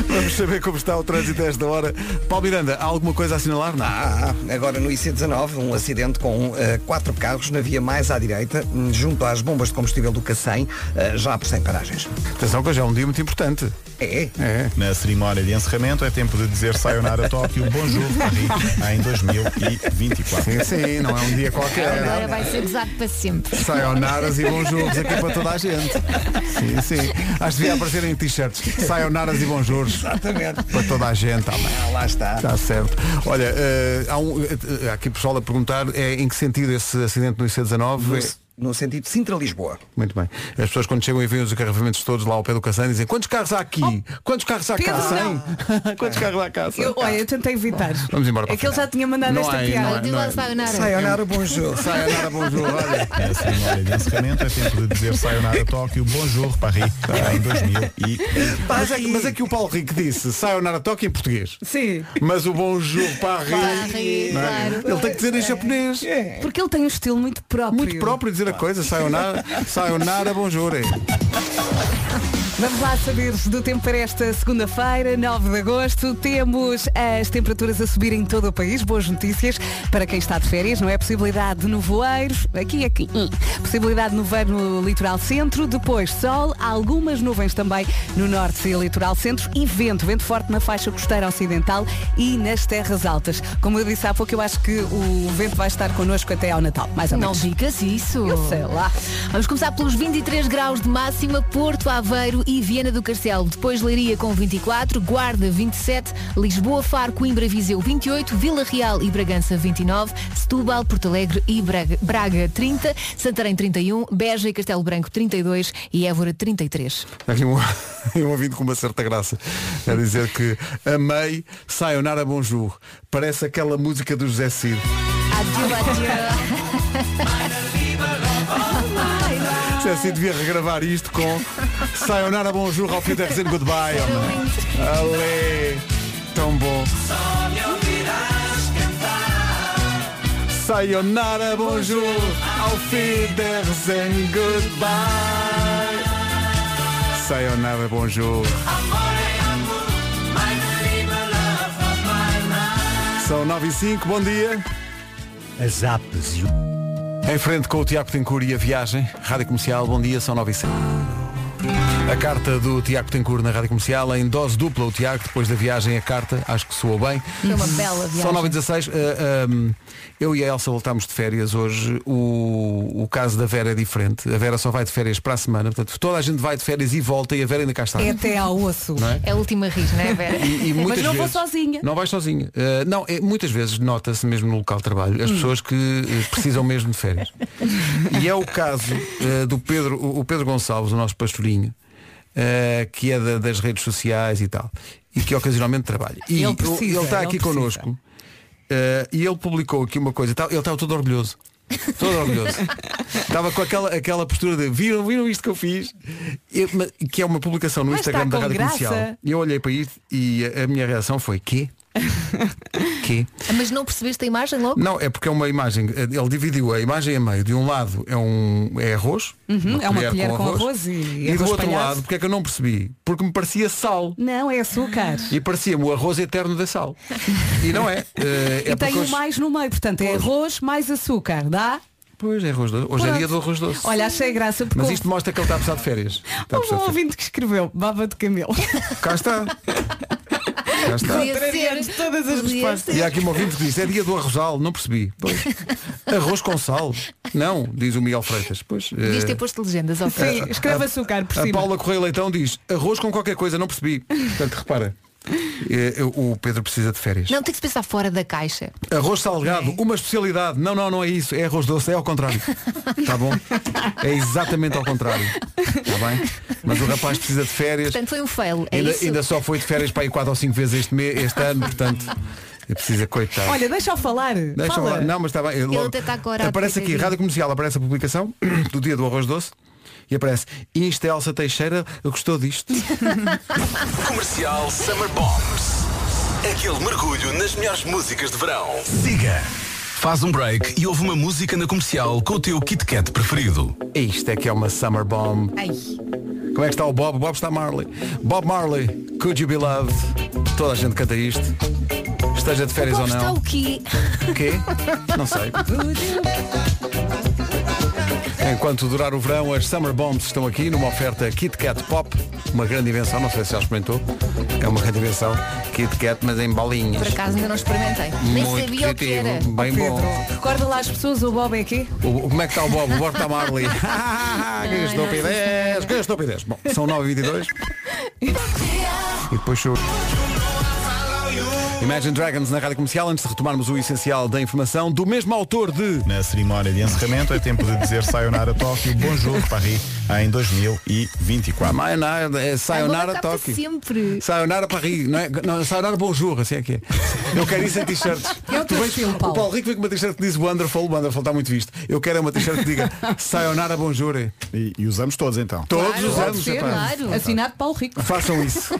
Speaker 2: Vamos saber como está o trânsito a esta hora. Paulo Miranda, há alguma coisa a assinalar? Não.
Speaker 3: Ah, agora no IC19, um acidente com eh, quatro carros na via mais à direita, hum, junto às bombas de combustível do Cacém, eh, já por sem paragens.
Speaker 2: Atenção que hoje é um dia muito importante.
Speaker 3: É?
Speaker 11: Na cerimónia de encerramento é tempo de dizer Sayonara Tóquio, Bonjour Paris, em 2024.
Speaker 2: Sim, sim, não é um dia qualquer.
Speaker 5: Agora vai ser gozado para sempre.
Speaker 2: Saionaras e bons jogos aqui para toda a gente. Sim, sim. Acho que devia aparecer em t-shirts. Saionaras e bons jogos. Exatamente. Para toda a gente. Tá bem.
Speaker 3: Ah, Lá está.
Speaker 2: Está certo. Olha, eh, há, um, eh, há aqui pessoal a perguntar é, em que sentido esse acidente no IC19.
Speaker 3: No sentido de Sintra-Lisboa.
Speaker 2: Muito bem. As pessoas quando chegam e veem os encarregamentos todos lá ao pé do Cassandra dizem quantos carros há aqui? Quantos carros há
Speaker 4: Oh, Pedro,
Speaker 2: cá?
Speaker 4: não.
Speaker 2: Cem? quantos carros há cá? Cem?
Speaker 4: Eu, olha, eu tentei evitar.
Speaker 2: Vamos embora para
Speaker 4: É que ele já tinha mandado
Speaker 2: Não
Speaker 4: esta
Speaker 2: há- não há-
Speaker 4: piada.
Speaker 2: não há-
Speaker 3: Sayonara, bonjour.
Speaker 2: Sayonara, bonjour. Olha.
Speaker 11: Na cerimónia de encerramento é tempo de dizer Sayonara Tóquio, Bonjour Paris, em 2024.
Speaker 2: Mas é, que- mas é que o Paulo Rico disse Sayonara Tóquio em português.
Speaker 4: Sim.
Speaker 2: Mas o Bonjour Paris.
Speaker 4: Paris,
Speaker 2: não é?
Speaker 4: claro.
Speaker 2: Ele tem que dizer em japonês.
Speaker 4: Porque ele tem um estilo muito próprio.
Speaker 2: Muito próprio dizer a coisa. Sayonara, sayonara bonjour.
Speaker 4: Vamos lá saber do tempo para esta segunda-feira, 9 de agosto. Temos as temperaturas a subir em todo o país. Boas notícias para quem está de férias, não é? Possibilidade de nevoeiro, aqui e aqui. Hum. Possibilidade de nevoeiro no litoral centro, depois sol, algumas nuvens também no norte e litoral centro e vento, vento forte na faixa costeira ocidental e nas terras altas. Como eu disse há pouco, eu acho que o vento vai estar connosco até ao Natal, mais ou
Speaker 5: Não
Speaker 4: menos.
Speaker 5: digas isso.
Speaker 4: Eu sei lá.
Speaker 5: Vamos começar pelos 23 graus de máxima, Porto, Aveiro e Viana do Castelo. Depois Leiria com 24, Guarda 27, Lisboa, Faro, Coimbra, Viseu 28, Vila Real e Bragança 29, Setúbal, Porto Alegre e Braga, Braga 30, Santarém 31, Beja e Castelo Branco 32 e Évora 33.
Speaker 2: Há Aqui um, um ouvinte com uma certa graça a dizer que amei Sayonara Bonjour. Parece aquela música do José Cid.
Speaker 5: Adieu,
Speaker 2: José Cid devia regravar isto com Sayonara Bonjour ao fim da resenha Goodbye. Homem. Ale, tão bom. Sayonara Bonjour ao fim da resenha Goodbye. Sayonara Bonjour. São 9 e 5, bom dia. As apes e o... Em frente com o Tiago Tencourt e a viagem. Rádio Comercial, bom dia, são 9 e 5. A carta do Tiago Tencourt na Rádio Comercial, em dose dupla o Tiago, depois da viagem a carta, acho que soou bem.
Speaker 5: Foi uma bela viagem.
Speaker 2: São 9 e 16. ah, ahm, eu e a Elsa voltámos de férias hoje. O, o caso da Vera é diferente. A Vera só vai de férias para a semana. Portanto, toda a gente vai de férias e volta e a Vera ainda cá está.
Speaker 4: É até ao osso.
Speaker 2: Não é?
Speaker 5: É a última ris, não é, Vera?
Speaker 2: E- e
Speaker 4: Mas
Speaker 2: muitas
Speaker 4: não
Speaker 2: vezes-
Speaker 4: vou sozinha.
Speaker 2: Não vais sozinho. Uh, não, é, muitas vezes nota-se mesmo no local de trabalho as
Speaker 4: Hum.
Speaker 2: pessoas que uh, precisam mesmo de férias. e é o caso uh, do Pedro, o o Pedro Gonçalves, o nosso pastorinho, uh, que é da- das redes sociais e tal, e que ocasionalmente trabalha. E
Speaker 4: Ele precisa,
Speaker 2: ele está
Speaker 4: ele
Speaker 2: aqui
Speaker 4: precisa.
Speaker 2: connosco uh, e ele publicou aqui uma coisa. tá- Ele estava todo orgulhoso. Todo orgulhoso. Estava com aquela, aquela postura de viram, viram isto que eu fiz? Eu- ma- que é uma publicação no
Speaker 4: Mas está
Speaker 2: Instagram da
Speaker 4: com
Speaker 2: Rádio
Speaker 4: graça.
Speaker 2: Comercial. E eu olhei para isto e a, a minha reação foi, quê? quê?
Speaker 5: Mas não percebeste a imagem logo?
Speaker 2: Não, é porque é uma imagem, ele dividiu a imagem a meio. De um lado é, um, é arroz,
Speaker 4: Uhum, é uma colher com arroz e
Speaker 2: do
Speaker 4: arroz
Speaker 2: outro
Speaker 4: palhaço.
Speaker 2: lado, porque é que eu não percebi? Porque me parecia sal.
Speaker 4: Não, é açúcar.
Speaker 2: E parecia-me o arroz eterno da sal. E não é. Eh, é
Speaker 4: e tem
Speaker 2: porque
Speaker 4: o
Speaker 2: hoje-
Speaker 4: mais no meio, portanto é arroz mais açúcar, dá?
Speaker 2: Pois é arroz doce. Hoje é
Speaker 4: Pronto.
Speaker 2: dia do arroz doce.
Speaker 4: Olha, achei graça porque
Speaker 2: Mas
Speaker 4: houve
Speaker 2: isto mostra que ele está a precisar de férias. Está a
Speaker 4: houve
Speaker 2: precisar
Speaker 4: um
Speaker 2: de
Speaker 4: ouvinte que escreveu baba de camelo.
Speaker 2: férias. Cá está. Cá está.
Speaker 4: Contrariamos todas as respostas.
Speaker 2: E há aqui um ouvinte que diz, é dia do arrozal, não percebi. Pois. Arroz com sal. Não, diz o Miguel Freitas. Pois, eh,
Speaker 5: Devias ter posto legendas ao fim.
Speaker 2: Sim, escreve
Speaker 4: açúcar tipo por
Speaker 2: É, a
Speaker 4: cima.
Speaker 2: Paula Correia Leitão diz, arroz com qualquer coisa, não percebi. Portanto, repara, eh, eu- o Pedro precisa de férias.
Speaker 5: Não, tem que se pensar fora da caixa.
Speaker 2: Arroz salgado,
Speaker 4: é.
Speaker 2: uma especialidade. Não, não, não é isso. É arroz doce, é ao contrário. Está bom? É exatamente ao contrário. Está bem? Mas o rapaz precisa de férias.
Speaker 5: Portanto, foi um fail. É
Speaker 2: ainda,
Speaker 5: isso?
Speaker 2: ainda só foi de férias para aí 4 ou 5 vezes este, mês, este ano, portanto, precisa, coitado.
Speaker 4: Olha, deixa eu falar.
Speaker 2: Deixa
Speaker 4: Fala.
Speaker 2: lá. Não, mas está bem.
Speaker 4: Ele
Speaker 2: Logo-
Speaker 4: até tá está corado,
Speaker 2: Aparece aqui,
Speaker 4: coitadinho.
Speaker 2: Rádio Comercial, aparece a publicação do dia do arroz doce e aparece Insta Elsa Teixeira gostou disto.
Speaker 19: Comercial Summer Bombs. Aquele mergulho nas melhores músicas de verão.
Speaker 2: Siga.
Speaker 19: Faz um break e ouve uma música na comercial com o teu Kit Kat preferido.
Speaker 2: Isto é que é uma Summer Bomb. Como é que está o Bob? O Bob está Marley. Bob Marley, Could You Be Loved? Toda a gente canta isto. Esteja de férias
Speaker 5: O
Speaker 2: ou
Speaker 5: povo está
Speaker 2: não.
Speaker 5: o quê?
Speaker 2: O quê? Não sei. Enquanto durar o verão, as Summer Bombs estão aqui numa oferta Kit Kat Pop, uma grande invenção, não sei se já experimentou. É uma grande invenção. Kit Kat, mas em bolinhas.
Speaker 5: Por acaso ainda não experimentei. Nem
Speaker 2: Muito
Speaker 5: sabia o que
Speaker 2: positivo.
Speaker 5: era.
Speaker 2: Bem é bom.
Speaker 4: Recorda lá as pessoas, o Bob é quê?
Speaker 2: O- como é que está o Bob? O Bob está Marley. que estupidez, que estupidez. Bom, são 9h22. e depois show. Imagine Dragons na rádio comercial, antes de retomarmos o essencial da informação, do mesmo autor de.
Speaker 11: Na cerimónia de encerramento é tempo de dizer Sayonara Tóquio, Bonjour Paris, em 2024.
Speaker 2: Sayonara, é
Speaker 5: Agora
Speaker 2: Sayonara
Speaker 5: está para
Speaker 2: Tóquio.
Speaker 5: sempre.
Speaker 2: Sayonara Paris, não é? Não, sayonara Bonjour, assim é que é. Eu quero isso em t-shirts.
Speaker 5: É o teu
Speaker 2: Tu vens-
Speaker 4: um
Speaker 5: estilo,
Speaker 2: O
Speaker 5: Paulo.
Speaker 2: Paulo Rico vem com uma t-shirt que diz Wonderful, Wonderful está muito visto. Eu quero é uma t-shirt que diga Sayonara Bonjour.
Speaker 11: E, e usamos todos então.
Speaker 2: Todos
Speaker 4: Claro,
Speaker 2: usamos,
Speaker 4: pode ser,
Speaker 2: rapaz.
Speaker 5: Então,
Speaker 4: claro. Assinado Paulo Rico.
Speaker 2: Façam isso.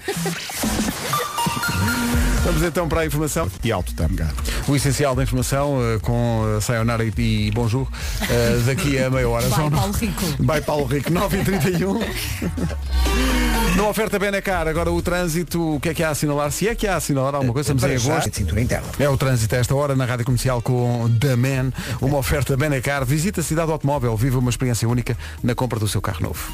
Speaker 2: Vamos então para a informação.
Speaker 11: E alto tamgar.
Speaker 2: O essencial da informação eh, com eh, Sayonara e, e Bonjour eh, daqui a meia hora.
Speaker 4: Vai,
Speaker 2: São-
Speaker 4: Paulo Rico.
Speaker 2: Vai Paulo Rico, 9h31. Na um. oferta Benacar, agora o trânsito, o que é que há a assinalar? Se é que há a assinalar alguma coisa, estamos
Speaker 3: Para
Speaker 2: em
Speaker 3: já,
Speaker 2: agosto.
Speaker 3: Cintura interna.
Speaker 2: É o trânsito a esta hora na Rádio Comercial com The Man, uma oferta Benacar. Visita a cidade do automóvel, viva uma experiência única na compra do seu carro novo.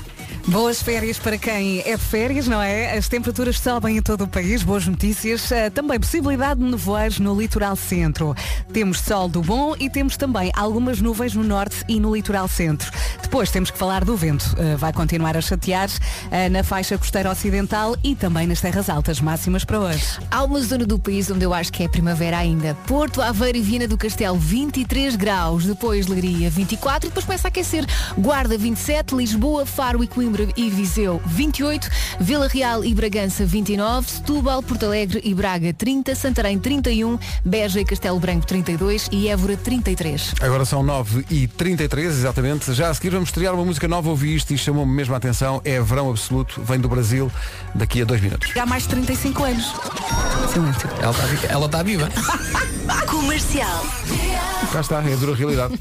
Speaker 4: Boas férias para quem é de férias, não é? As temperaturas sobem em todo o país, boas notícias. Eh, Também possibilidade de nevoeiros no litoral centro. Temos sol do bom e temos também algumas nuvens no norte e no litoral centro. Depois temos que falar do vento. Eh, Vai continuar a chatear eh, na faixa costeira ocidental e também nas terras altas máximas para hoje.
Speaker 5: Há uma zona do país onde eu acho que é primavera ainda. Porto, Aveiro e Viana do Castelo, 23 graus. Depois Leiria, 24. E depois começa a aquecer. Guarda, 27. Lisboa, Faro e Coimbra e Viseu, 28. Vila Real e Bragança, 29. Setúbal, Porto Alegre e Braga, 30. Santarém, 31. Beja e Castelo Branco, 32. E Évora, 33.
Speaker 2: Agora são 9h33, exatamente. Já a seguir vamos estrear uma música nova, ouvi isto e chamou-me mesmo a atenção. É Verão Absoluto, vem do Brasil, daqui a dois minutos.
Speaker 4: Há mais de 35 anos. Silêncio.
Speaker 2: Ela está
Speaker 4: tá
Speaker 2: viva.
Speaker 8: Comercial.
Speaker 2: Cá está, é a dura realidade.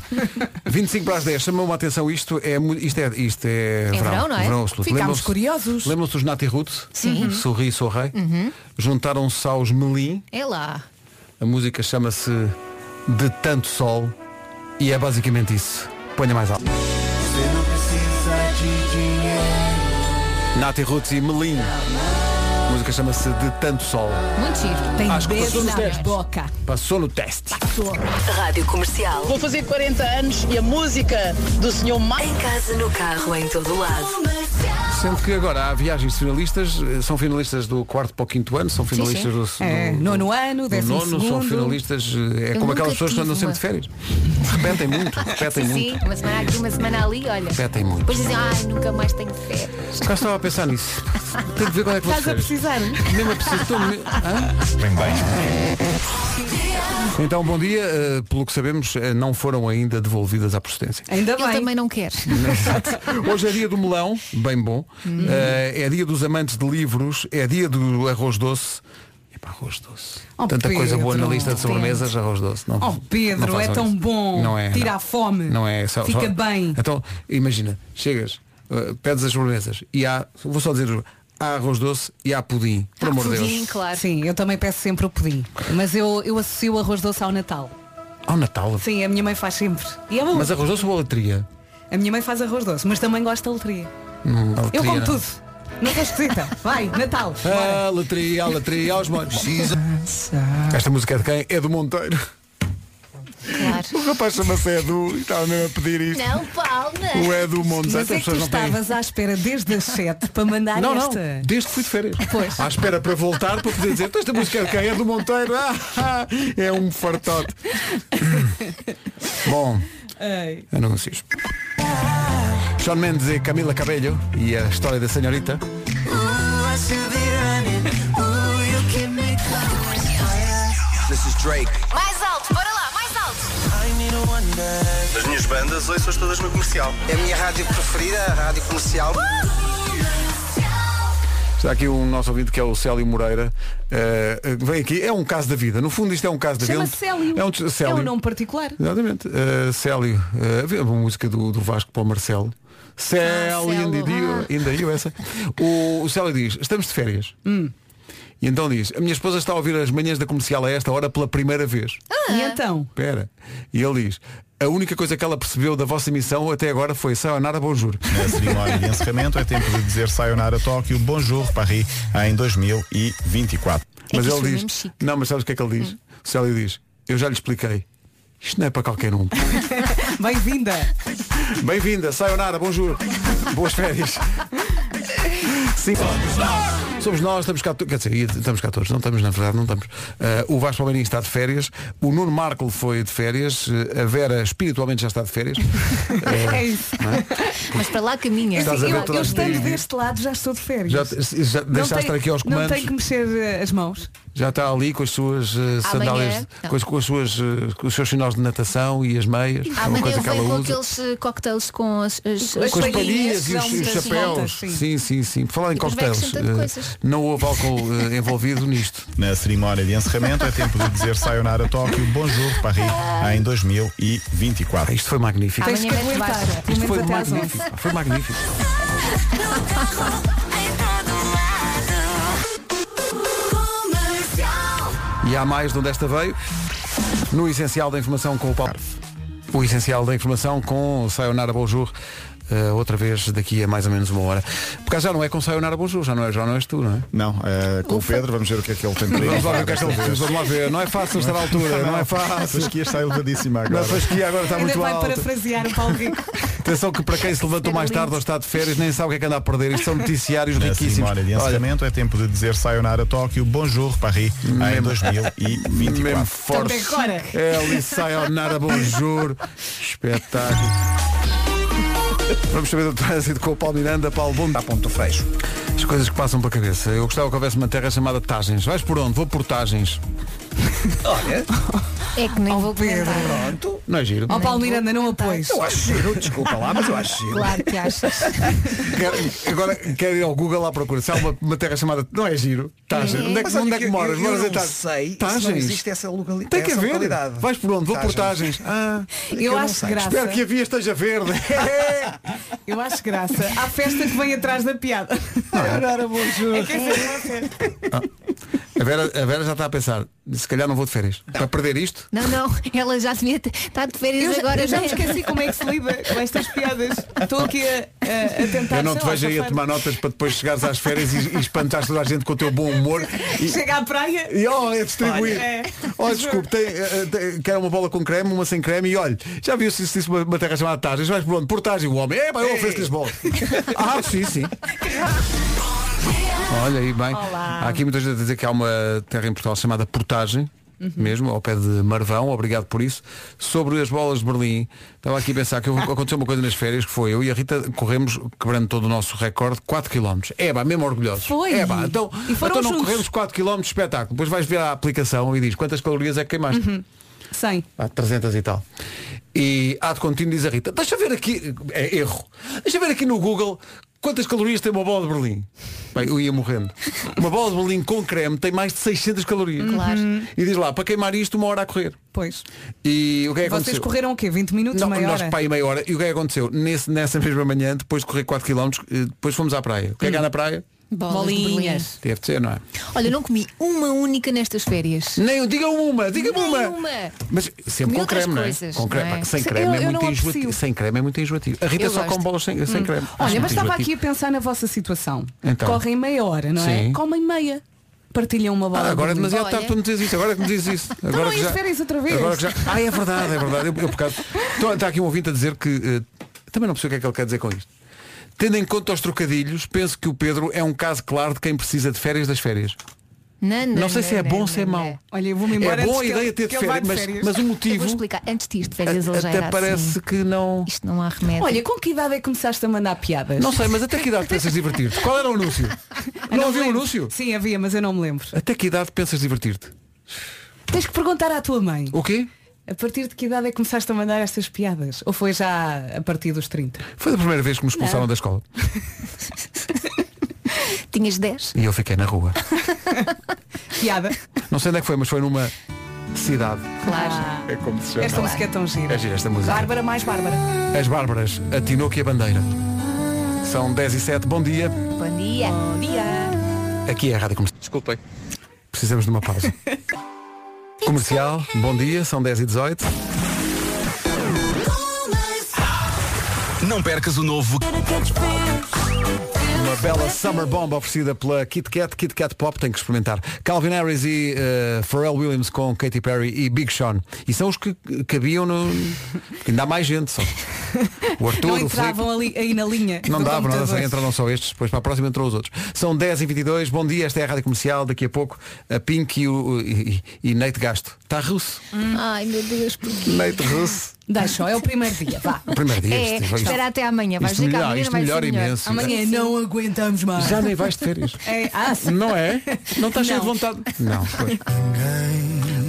Speaker 2: 25 para as 10, chamou-me a atenção isto. É, mu- isto é, isto é,
Speaker 4: É verão, não é?
Speaker 2: absoluto.
Speaker 4: Ficámos
Speaker 2: Lembram-se-
Speaker 4: curiosos.
Speaker 2: Lembram-se dos Nati Roots?
Speaker 5: Sim. Uhum.
Speaker 2: Sorri, sorrei.
Speaker 5: Uhum.
Speaker 2: Juntaram-se aos Melim.
Speaker 5: É lá.
Speaker 2: A música chama-se De Tanto Sol e é basicamente isso. Ponha mais alto.
Speaker 1: Você não precisa de dinheiro.
Speaker 2: Nati Roots e Melim. A música chama-se De Tanto Sol.
Speaker 5: Muito giro.
Speaker 2: Tem Acho que
Speaker 5: beijo
Speaker 2: dedo passou no na teste.
Speaker 4: boca.
Speaker 2: Passou no teste.
Speaker 8: Rádio Comercial.
Speaker 20: Vou fazer 40 anos e a música do senhor Mike.
Speaker 8: Em casa, no carro, em todo lado.
Speaker 2: Sendo que agora há viagens de finalistas, eh, são finalistas do quarto para o quinto ano, são finalistas do, do,
Speaker 4: É, nono ano,
Speaker 2: do
Speaker 4: décimo
Speaker 2: nono, são
Speaker 4: segundo.
Speaker 2: finalistas, eh, é
Speaker 5: Eu
Speaker 2: como
Speaker 5: nunca
Speaker 2: aquelas pessoas que
Speaker 5: tive
Speaker 2: andam sempre de férias. Repetem muito, repetem
Speaker 5: Sim,
Speaker 2: muito.
Speaker 5: sim. Uma semana aqui, uma semana ali, olha.
Speaker 2: Repetem muito.
Speaker 5: Depois dizem, ai, nunca mais tenho fé.
Speaker 2: Cá estava a pensar nisso. Tenho que ver quando é que vou
Speaker 5: Estás
Speaker 2: de
Speaker 5: a
Speaker 2: férias.
Speaker 5: precisar.
Speaker 2: Mesmo a precisar, estou me- Hã?
Speaker 9: Bem, bem.
Speaker 2: Então, bom dia. eh, pelo que sabemos, eh, não foram ainda devolvidas à procedência.
Speaker 4: Ainda bem.
Speaker 5: Ele também não quer.
Speaker 2: Hoje é dia do melão,
Speaker 4: Hum.
Speaker 2: bem bom. Eh, é dia dos amantes de livros. É dia do arroz doce. Pá, arroz doce.
Speaker 4: Oh,
Speaker 2: Tanta coisa boa na
Speaker 4: Pedro.
Speaker 2: lista de sobremesas, arroz doce. Não,
Speaker 4: Oh Pedro,
Speaker 2: não faz
Speaker 4: é
Speaker 2: mal
Speaker 4: tão
Speaker 2: isso.
Speaker 4: bom.
Speaker 2: Não é,
Speaker 4: Tira
Speaker 2: não.
Speaker 4: a fome.
Speaker 2: Não é só,
Speaker 4: Fica
Speaker 2: só-
Speaker 4: bem.
Speaker 2: Então, imagina, chegas, eh, pedes as sobremesas e há, vou só dizer, há arroz doce e há pudim. Por amor de Deus.
Speaker 4: claro. Sim, eu também peço sempre o pudim. Mas eu, eu associo o arroz doce ao Natal.
Speaker 2: Ao Natal.
Speaker 4: Sim, a minha mãe faz sempre. E é bom.
Speaker 2: Mas arroz doce ou letria?
Speaker 4: A minha mãe faz arroz doce, mas também gosta de letria.
Speaker 2: Hum,
Speaker 4: Eu
Speaker 2: letria,
Speaker 4: como
Speaker 2: não.
Speaker 4: tudo. Não sou esquisita. então. Vai, Natal.
Speaker 2: Ah, letria, letria, aos molhos. Esta música é de quem? É do Monteiro.
Speaker 5: Claro.
Speaker 2: O rapaz chama-se Edu e estava mesmo a pedir isto.
Speaker 5: Não, palmas.
Speaker 2: O Edu Montes,
Speaker 4: Mas
Speaker 2: estas
Speaker 4: é que tu
Speaker 2: pessoas não têm.
Speaker 4: estavas à espera desde as 7 para mandar
Speaker 2: Não, não,
Speaker 4: esta.
Speaker 2: desde que fui de férias.
Speaker 4: Pois.
Speaker 2: À espera para voltar para poder dizer, esta música é de quem? É do Monteiro. Ah, ah, é um fartote. Bom,
Speaker 4: Ei.
Speaker 2: anúncios. Sean Mendes e Camila Cabello e a história da senhorita.
Speaker 19: This is Drake.
Speaker 8: Mais alto, bora lá, mais alto.
Speaker 19: As minhas bandas hoje são todas no comercial. É a minha rádio preferida, a rádio comercial.
Speaker 2: Está aqui um nosso ouvinte que é o Célio Moreira. Eh, eh, vem aqui, é um caso da vida. No fundo isto é um caso da vida.
Speaker 4: Chama-se Célio.
Speaker 2: É um, t- Célio.
Speaker 4: É um nome particular.
Speaker 2: Exatamente. Eh, Célio, eh, havia uma música do, do Vasco para o Marcelo. Célio,
Speaker 4: Célio,
Speaker 2: ainda
Speaker 4: ah.
Speaker 2: you, in the USA. O, o Célio diz, estamos de férias.
Speaker 4: Hum.
Speaker 2: E então diz, a minha esposa está a ouvir as manhãs da comercial a esta hora pela primeira vez.
Speaker 5: Ah.
Speaker 4: E então?
Speaker 2: Espera. E ele diz, a única coisa que ela percebeu da vossa emissão até agora foi Sayonara Bonjour.
Speaker 11: Na cerimónia de encerramento é tempo de dizer Sayonara Tóquio, Bonjour Paris, em 2024.
Speaker 4: É
Speaker 2: mas ele diz, não, mas sabes o que é que ele
Speaker 4: Hum.
Speaker 2: diz? O Célio diz, eu já lhe expliquei, isto não é para qualquer um.
Speaker 4: Bem-vinda.
Speaker 2: Bem-vinda, sayonara, bonjour, boas férias. Sim. Somos nós, estamos cá, to- quer dizer, e estamos cá todos, não estamos, na verdade, não estamos. Ah, o Vasco Palmeirinho está de férias, o Nuno Marco foi de férias, eh, a Vera espiritualmente já está de férias. Eh,
Speaker 5: É isso.
Speaker 2: não é?
Speaker 5: Mas para lá caminha.
Speaker 2: Estás a ver
Speaker 4: Assim, Eu,
Speaker 2: toda
Speaker 4: eu
Speaker 2: a
Speaker 4: estando
Speaker 2: gente-
Speaker 4: deste lado já estou de férias.
Speaker 2: Já, já
Speaker 4: Não
Speaker 2: deixaste
Speaker 4: tem-
Speaker 2: estar aqui aos
Speaker 4: Não
Speaker 2: comandos,
Speaker 4: tenho que mexer eh, as mãos.
Speaker 2: já está ali com as suas eh, sandálias,
Speaker 5: não.
Speaker 2: com, as, com as suas, eh, com os seus sinais de natação e as meias, é uma
Speaker 5: Amanhã
Speaker 2: coisa
Speaker 5: Ah, eu
Speaker 2: que
Speaker 5: venho
Speaker 2: ela
Speaker 5: com
Speaker 2: usa.
Speaker 5: aqueles eh, cocktails com as, as,
Speaker 2: com as palhinhas e os, e os
Speaker 4: assim,
Speaker 2: chapéus. sim. sim, sim, Por Falar em
Speaker 5: Depois vai
Speaker 2: cocktails,
Speaker 5: acrescentando
Speaker 2: eh,
Speaker 5: coisas.
Speaker 2: não houve álcool eh, envolvido nisto.
Speaker 11: Na cerimónia de encerramento é tempo de dizer Sayonara Tóquio, Bonjour Paris, em 2024.
Speaker 2: Isto foi
Speaker 5: Ah,
Speaker 2: magnífico.
Speaker 4: Tens que aguentar. Pelo
Speaker 2: Isto
Speaker 4: menos
Speaker 2: foi
Speaker 4: até às
Speaker 2: magnífico.
Speaker 4: 11.
Speaker 2: pá, Foi magnífico. E há mais de onde esta veio. No essencial da informação com o Paulo. O essencial da informação com o Sayonara Bonjour. eh, outra vez daqui a mais ou menos uma hora. Por acaso já não é com Sayonara Bonjour, já não, é, já não és tu, não é?
Speaker 11: Não, eh, com o Pedro vamos ver o que é que ele tem para
Speaker 2: Vamos lá ver o que é que ele fez, vamos lá ver. Não é fácil estar à altura, não é fácil.
Speaker 11: A fasquia está elevadíssima agora.
Speaker 2: Não, a fasquia agora está
Speaker 4: Ainda
Speaker 2: muito
Speaker 4: vai
Speaker 2: alta.
Speaker 4: parafrasear o Paulo Rico.
Speaker 2: Atenção que para quem se levantou mais tarde ou está de férias nem sabe o que é que anda a perder. Isto são noticiários
Speaker 11: Na
Speaker 2: riquíssimos.
Speaker 11: cerimónia de
Speaker 2: Olha,
Speaker 11: encerramento é tempo de dizer Sayonara Tóquio, Bonjour Paris, em
Speaker 2: Mesmo.
Speaker 11: 2024.
Speaker 2: mesmo forte. Ele sayonara, bonjour. Espetáculo. Vamos saber do trânsito com o Paulo Miranda. Paulo, bom A ponto fecho. As coisas que passam pela cabeça. Eu gostava que houvesse uma terra chamada Tagens. Vais por onde? Vou por Tagens.
Speaker 3: Olha,
Speaker 5: É que nem vou
Speaker 3: Pedro,
Speaker 5: comentar.
Speaker 3: pronto.
Speaker 2: Não é giro?
Speaker 4: Ó Paulo Miranda, não apoies.
Speaker 3: Eu acho giro, desculpa lá, mas eu acho giro.
Speaker 5: Claro que achas.
Speaker 2: Quero- agora quero ir ao Google lá procurar. Se há uma, uma terra chamada. Não é giro? Tagens. Onde é
Speaker 3: Mas
Speaker 2: que,
Speaker 3: olha
Speaker 2: onde é que
Speaker 3: eu-
Speaker 2: moras?
Speaker 3: Eu,
Speaker 2: Moras em
Speaker 3: eu não
Speaker 2: Tagens.
Speaker 3: sei se não
Speaker 2: Tagens.
Speaker 3: existe essa, locali
Speaker 2: Tem que
Speaker 3: essa é
Speaker 2: haver.
Speaker 3: localidade.
Speaker 2: Vais por onde? Vou por Tagens. Ah,
Speaker 4: Eu
Speaker 3: não
Speaker 4: acho
Speaker 3: sei.
Speaker 4: graça.
Speaker 2: Espero que a via esteja verde.
Speaker 4: Eu acho graça. Há festa que vem atrás da piada.
Speaker 2: Sayonara, bonjour.
Speaker 4: É que é
Speaker 2: A Vera, a Vera já está a pensar, se calhar não vou de férias. Para perder isto?
Speaker 5: Não, não, ela já devia estar de férias
Speaker 4: Eu já-
Speaker 5: agora.
Speaker 4: eu já
Speaker 5: não
Speaker 4: me
Speaker 5: é?
Speaker 4: esqueci como é que se lida com estas piadas. Estou aqui a, a- a tentar.
Speaker 2: Eu não
Speaker 4: Tá, sei
Speaker 2: te
Speaker 4: lá,
Speaker 2: vejo aí a
Speaker 4: safar.
Speaker 2: tomar notas para depois chegares às férias e, e espantares toda a gente com o teu bom humor. E,
Speaker 4: Chega à praia.
Speaker 2: e ó, é distribuir.
Speaker 4: Olha, é.
Speaker 2: Ó, desculpe, tem, eh, tem- quer uma bola com creme, uma sem creme e olha, já viu se disse uma, uma terra chamada Tagens? Vais por onde? Portagem, o homem. É, pá, eu
Speaker 14: Ei.
Speaker 2: ofereço-lhes bola. ah, sim, sim. Olha aí, bem.
Speaker 14: Olá.
Speaker 2: Há aqui muita gente a dizer que há uma terra em Portugal chamada Portagem.
Speaker 4: Uhum.
Speaker 2: Mesmo, ao pé de Marvão, obrigado por isso. Sobre as bolas de Berlim, estava aqui a pensar que aconteceu uma coisa nas férias que foi eu e a Rita corremos, quebrando todo o nosso recorde, 4 km. É pá, mesmo orgulhosos.
Speaker 4: Foi.
Speaker 2: É pá, então,
Speaker 4: E foram
Speaker 2: então não
Speaker 4: juntos.
Speaker 2: corremos 4 km de espetáculo. Depois vais ver a aplicação e diz quantas calorias é que queimaste.
Speaker 4: Uhum. Sem.
Speaker 2: Pá, 300 e tal. E há de contínuo diz a Rita, deixa eu ver aqui, é erro, deixa eu ver aqui no Google Quantas calorias tem uma bola de Berlim? Bem, eu ia morrendo. Uma bola de Berlim com creme tem mais de 600 calorias.
Speaker 4: Uhum. Claro.
Speaker 2: E diz lá, para queimar isto, uma hora a correr.
Speaker 4: Pois.
Speaker 2: E o que é que
Speaker 4: Vocês
Speaker 2: aconteceu?
Speaker 4: correram o quê? 20 minutos,
Speaker 2: Não,
Speaker 4: meia
Speaker 2: nós
Speaker 4: hora?
Speaker 2: para aí meia hora. E o que é que aconteceu? Nesse- nessa mesma manhã, depois de correr 4 km, eh, depois fomos à praia.
Speaker 4: Hum.
Speaker 2: O que é que há na praia?
Speaker 5: Bolas de bolinhas.
Speaker 2: Deve ser, não é?
Speaker 5: Olha, eu não comi uma única nestas férias.
Speaker 2: Nem, digam uma, digam
Speaker 5: uma. uma.
Speaker 2: Mas sempre
Speaker 5: Comi
Speaker 2: com
Speaker 5: outras
Speaker 2: creme, não é?
Speaker 5: coisas,
Speaker 2: Com creme.
Speaker 5: não é?
Speaker 2: Pá, Sem
Speaker 5: Se-
Speaker 2: creme
Speaker 5: eu-
Speaker 2: é
Speaker 5: eu
Speaker 2: muito
Speaker 5: não
Speaker 2: enjoativo.
Speaker 5: aprecio.
Speaker 2: Sem creme é muito enjoativo. A Rita
Speaker 4: Eu
Speaker 2: só
Speaker 4: gosto.
Speaker 2: com bolas sem, sem
Speaker 4: Hum.
Speaker 2: creme. Acho
Speaker 4: Olha,
Speaker 2: muito
Speaker 4: mas estava
Speaker 2: enjoativo.
Speaker 4: aqui a pensar na vossa situação.
Speaker 2: Então.
Speaker 4: Correm meia hora, não é?
Speaker 2: Sim.
Speaker 4: Comem meia. Partilham uma bola.
Speaker 2: Ah, agora é
Speaker 4: de bolinhas.
Speaker 2: demasiado tarde para me dizer isso. Agora é que me dizes isso.
Speaker 4: Então
Speaker 2: Agora
Speaker 4: não
Speaker 2: que
Speaker 4: ias
Speaker 2: já-
Speaker 4: férias outra vez.
Speaker 2: Agora que já... Ah, é verdade, é verdade. Eu, eu, por causa- Então, Está aqui um ouvinte a dizer que. eh, também não percebo o que é que ele quer dizer com isto. Tendo em conta os trocadilhos, penso que o Pedro é um caso claro de quem precisa de férias das férias.
Speaker 5: Não, não,
Speaker 2: Não sei se é bom ou se é mau.
Speaker 4: Olha, eu vou-me
Speaker 2: É
Speaker 4: embora.
Speaker 2: boa
Speaker 4: antes que
Speaker 2: ideia
Speaker 4: ele-
Speaker 2: ter
Speaker 4: que ele
Speaker 2: de
Speaker 4: vá
Speaker 2: férias, mas, mas o
Speaker 5: Eu vou
Speaker 2: motivo.
Speaker 5: explicar. Antes de ir de férias, ele já
Speaker 2: um. até
Speaker 5: era
Speaker 2: parece
Speaker 5: assim.
Speaker 2: que não.
Speaker 5: Isto não há remédio.
Speaker 4: Olha, com que idade é que começaste a mandar piadas?
Speaker 2: Não sei, mas até que idade pensas divertir-te? Qual era o anúncio?
Speaker 4: Eu
Speaker 2: Não
Speaker 4: me
Speaker 2: havia um
Speaker 4: lembro.
Speaker 2: anúncio?
Speaker 4: Sim, havia, mas eu não me lembro.
Speaker 2: Até que idade pensas divertir-te?
Speaker 4: Tens que perguntar à tua mãe.
Speaker 2: O quê?
Speaker 4: A partir de que idade é que começaste a mandar estas piadas? Ou foi já a partir dos 30?
Speaker 2: Foi a primeira vez que me expulsaram
Speaker 4: Não.
Speaker 2: da escola.
Speaker 5: Tinhas 10?
Speaker 2: E eu fiquei na rua.
Speaker 4: Piada.
Speaker 2: Não sei onde é que foi, mas foi numa cidade.
Speaker 5: Claro.
Speaker 2: É como se
Speaker 4: Esta música é tão gira.
Speaker 2: É gira esta música.
Speaker 4: Bárbara mais Bárbara.
Speaker 2: As Bárbaras, a Tinoco e a Bandeira. São 10 e 7, bom dia.
Speaker 5: Bom dia. Bom dia.
Speaker 2: Aqui é a Rádio Comercial. Desculpem. Precisamos de uma pausa. Comercial, bom dia, são 10 e 18.
Speaker 19: Não percas o novo.
Speaker 2: Uma bela Summer Bomb oferecida pela Kit Kat, Kit Kat Pop, tem que experimentar. Calvin Harris e eh, Pharrell Williams com Katy Perry e Big Sean. E são os que cabiam no. que Ainda há mais gente só. O Arthur,
Speaker 4: não
Speaker 2: o Filipe.
Speaker 4: entravam ali, aí na linha.
Speaker 2: Não
Speaker 4: do
Speaker 2: dava, não dava,
Speaker 4: computador.
Speaker 2: entraram só estes, depois para a próxima entrou os outros. São 10 e 22 bom dia, esta é a Rádio Comercial, daqui a pouco a Pink e, o, e, e Neite Gasto. Está russo.
Speaker 5: Hum. Ai, meu Deus, porquê?
Speaker 2: Neite russo.
Speaker 4: Deixa, é o primeiro dia, vá.
Speaker 2: O primeiro dia,
Speaker 5: É,
Speaker 2: isto-
Speaker 5: espera até amanhã. Vais
Speaker 2: isto
Speaker 5: ver que
Speaker 2: melhora-
Speaker 5: amanhã
Speaker 2: isto
Speaker 5: vai ser
Speaker 2: melhora
Speaker 5: melhor.
Speaker 2: imenso.
Speaker 5: Amanhã
Speaker 2: Sim.
Speaker 5: não
Speaker 4: É, aguentamos mais.
Speaker 2: Já nem vais de férias.
Speaker 4: É, ah, sim.
Speaker 2: Não é? Não estás cheio de
Speaker 4: Não.
Speaker 2: vontade? Não, pois.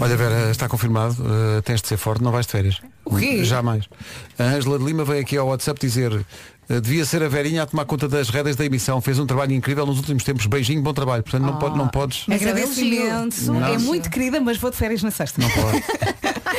Speaker 2: Olha, Vera, está confirmado, eh, tens de ser forte, não vais de férias.
Speaker 4: O quê?
Speaker 2: Jamais. A Ângela de Lima veio aqui ao WhatsApp dizer eh, devia ser a Verinha a tomar conta das redes da emissão, fez um trabalho incrível nos últimos tempos. Beijinho, bom trabalho. Portanto,
Speaker 5: Ah.
Speaker 2: não, pode, não podes.
Speaker 4: Agradeço imenso.
Speaker 2: Não.
Speaker 4: Ah, É muito querida, mas vou de férias na sexta.
Speaker 2: Não pode.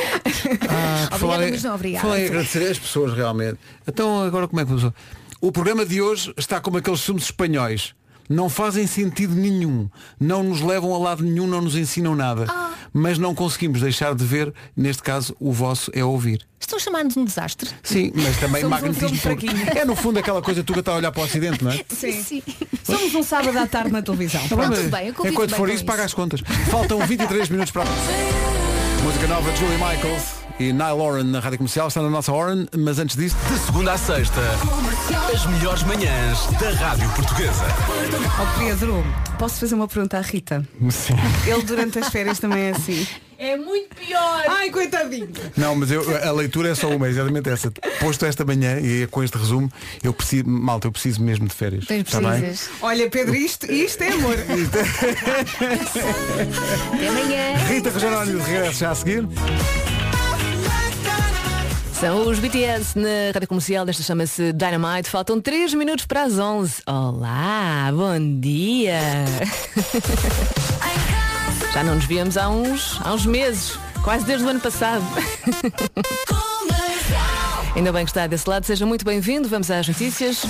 Speaker 4: Obrigada,
Speaker 2: Ah, falar em-
Speaker 4: mas não obrigada.
Speaker 2: falar em agradecer as pessoas realmente. Então agora como é que começou? O programa de hoje está como aqueles filmes espanhóis. Não fazem sentido nenhum. Não nos levam a lado nenhum, não nos ensinam nada. Mas não conseguimos deixar de ver, neste caso, o vosso é ouvir.
Speaker 5: Estão chamando-nos um desastre.
Speaker 2: Sim, mas também
Speaker 5: Somos um
Speaker 2: magnetismo.
Speaker 5: filme
Speaker 2: puro.
Speaker 5: fraquinho.
Speaker 2: é no fundo aquela coisa tu que está a olhar para o ocidente, não é?
Speaker 4: Sim. Somos um sábado à tarde na televisão.
Speaker 2: Tá bem, mas enquanto for isso, paga as contas. Faltam 23 minutos para. Música nova de Julie Michaels e Nile Oren na rádio comercial. Está na nossa Oren, mas antes disso.
Speaker 19: De segunda à sexta, as melhores manhãs da Rádio Portuguesa.
Speaker 4: Oh, Pedro, posso fazer uma pergunta à Rita?
Speaker 2: Sim.
Speaker 4: Ele durante as férias também é assim.
Speaker 13: É muito pior.
Speaker 4: Ai, coitadinho.
Speaker 2: Não, mas eu, a leitura é só uma, é exatamente essa. Posto esta manhã e é com este resumo, eu preciso, malta, eu preciso mesmo de férias. Está bem?
Speaker 4: Olha, Pedro, isto, isto é amor.
Speaker 5: Até amanhã.
Speaker 2: Rita Rogerónio de regresso já a seguir.
Speaker 21: São os BTS na rádio comercial, desta chama-se Dynamite. Faltam 3 minutos para as 11. Olá, bom dia. Já não nos víamos há uns, há uns meses, quase desde o ano passado. Ainda bem que está desse lado, seja muito bem-vindo. Vamos às notícias.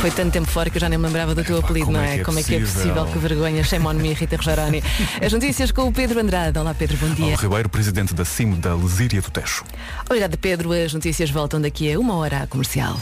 Speaker 21: Foi tanto tempo fora que eu já nem me lembrava do teu apelido,
Speaker 5: como
Speaker 21: não
Speaker 5: é
Speaker 21: é?
Speaker 5: que é
Speaker 21: como é que é
Speaker 5: possível?
Speaker 21: possível? Que vergonha. Shame on me, Rita Rogeroni. As notícias com o Pedro Andrade. Olá, Pedro, bom dia.
Speaker 22: Paulo Ribeiro, presidente da CIM da Lesíria do Tejo.
Speaker 21: Obrigada, Pedro. As notícias voltam daqui a uma hora à comercial.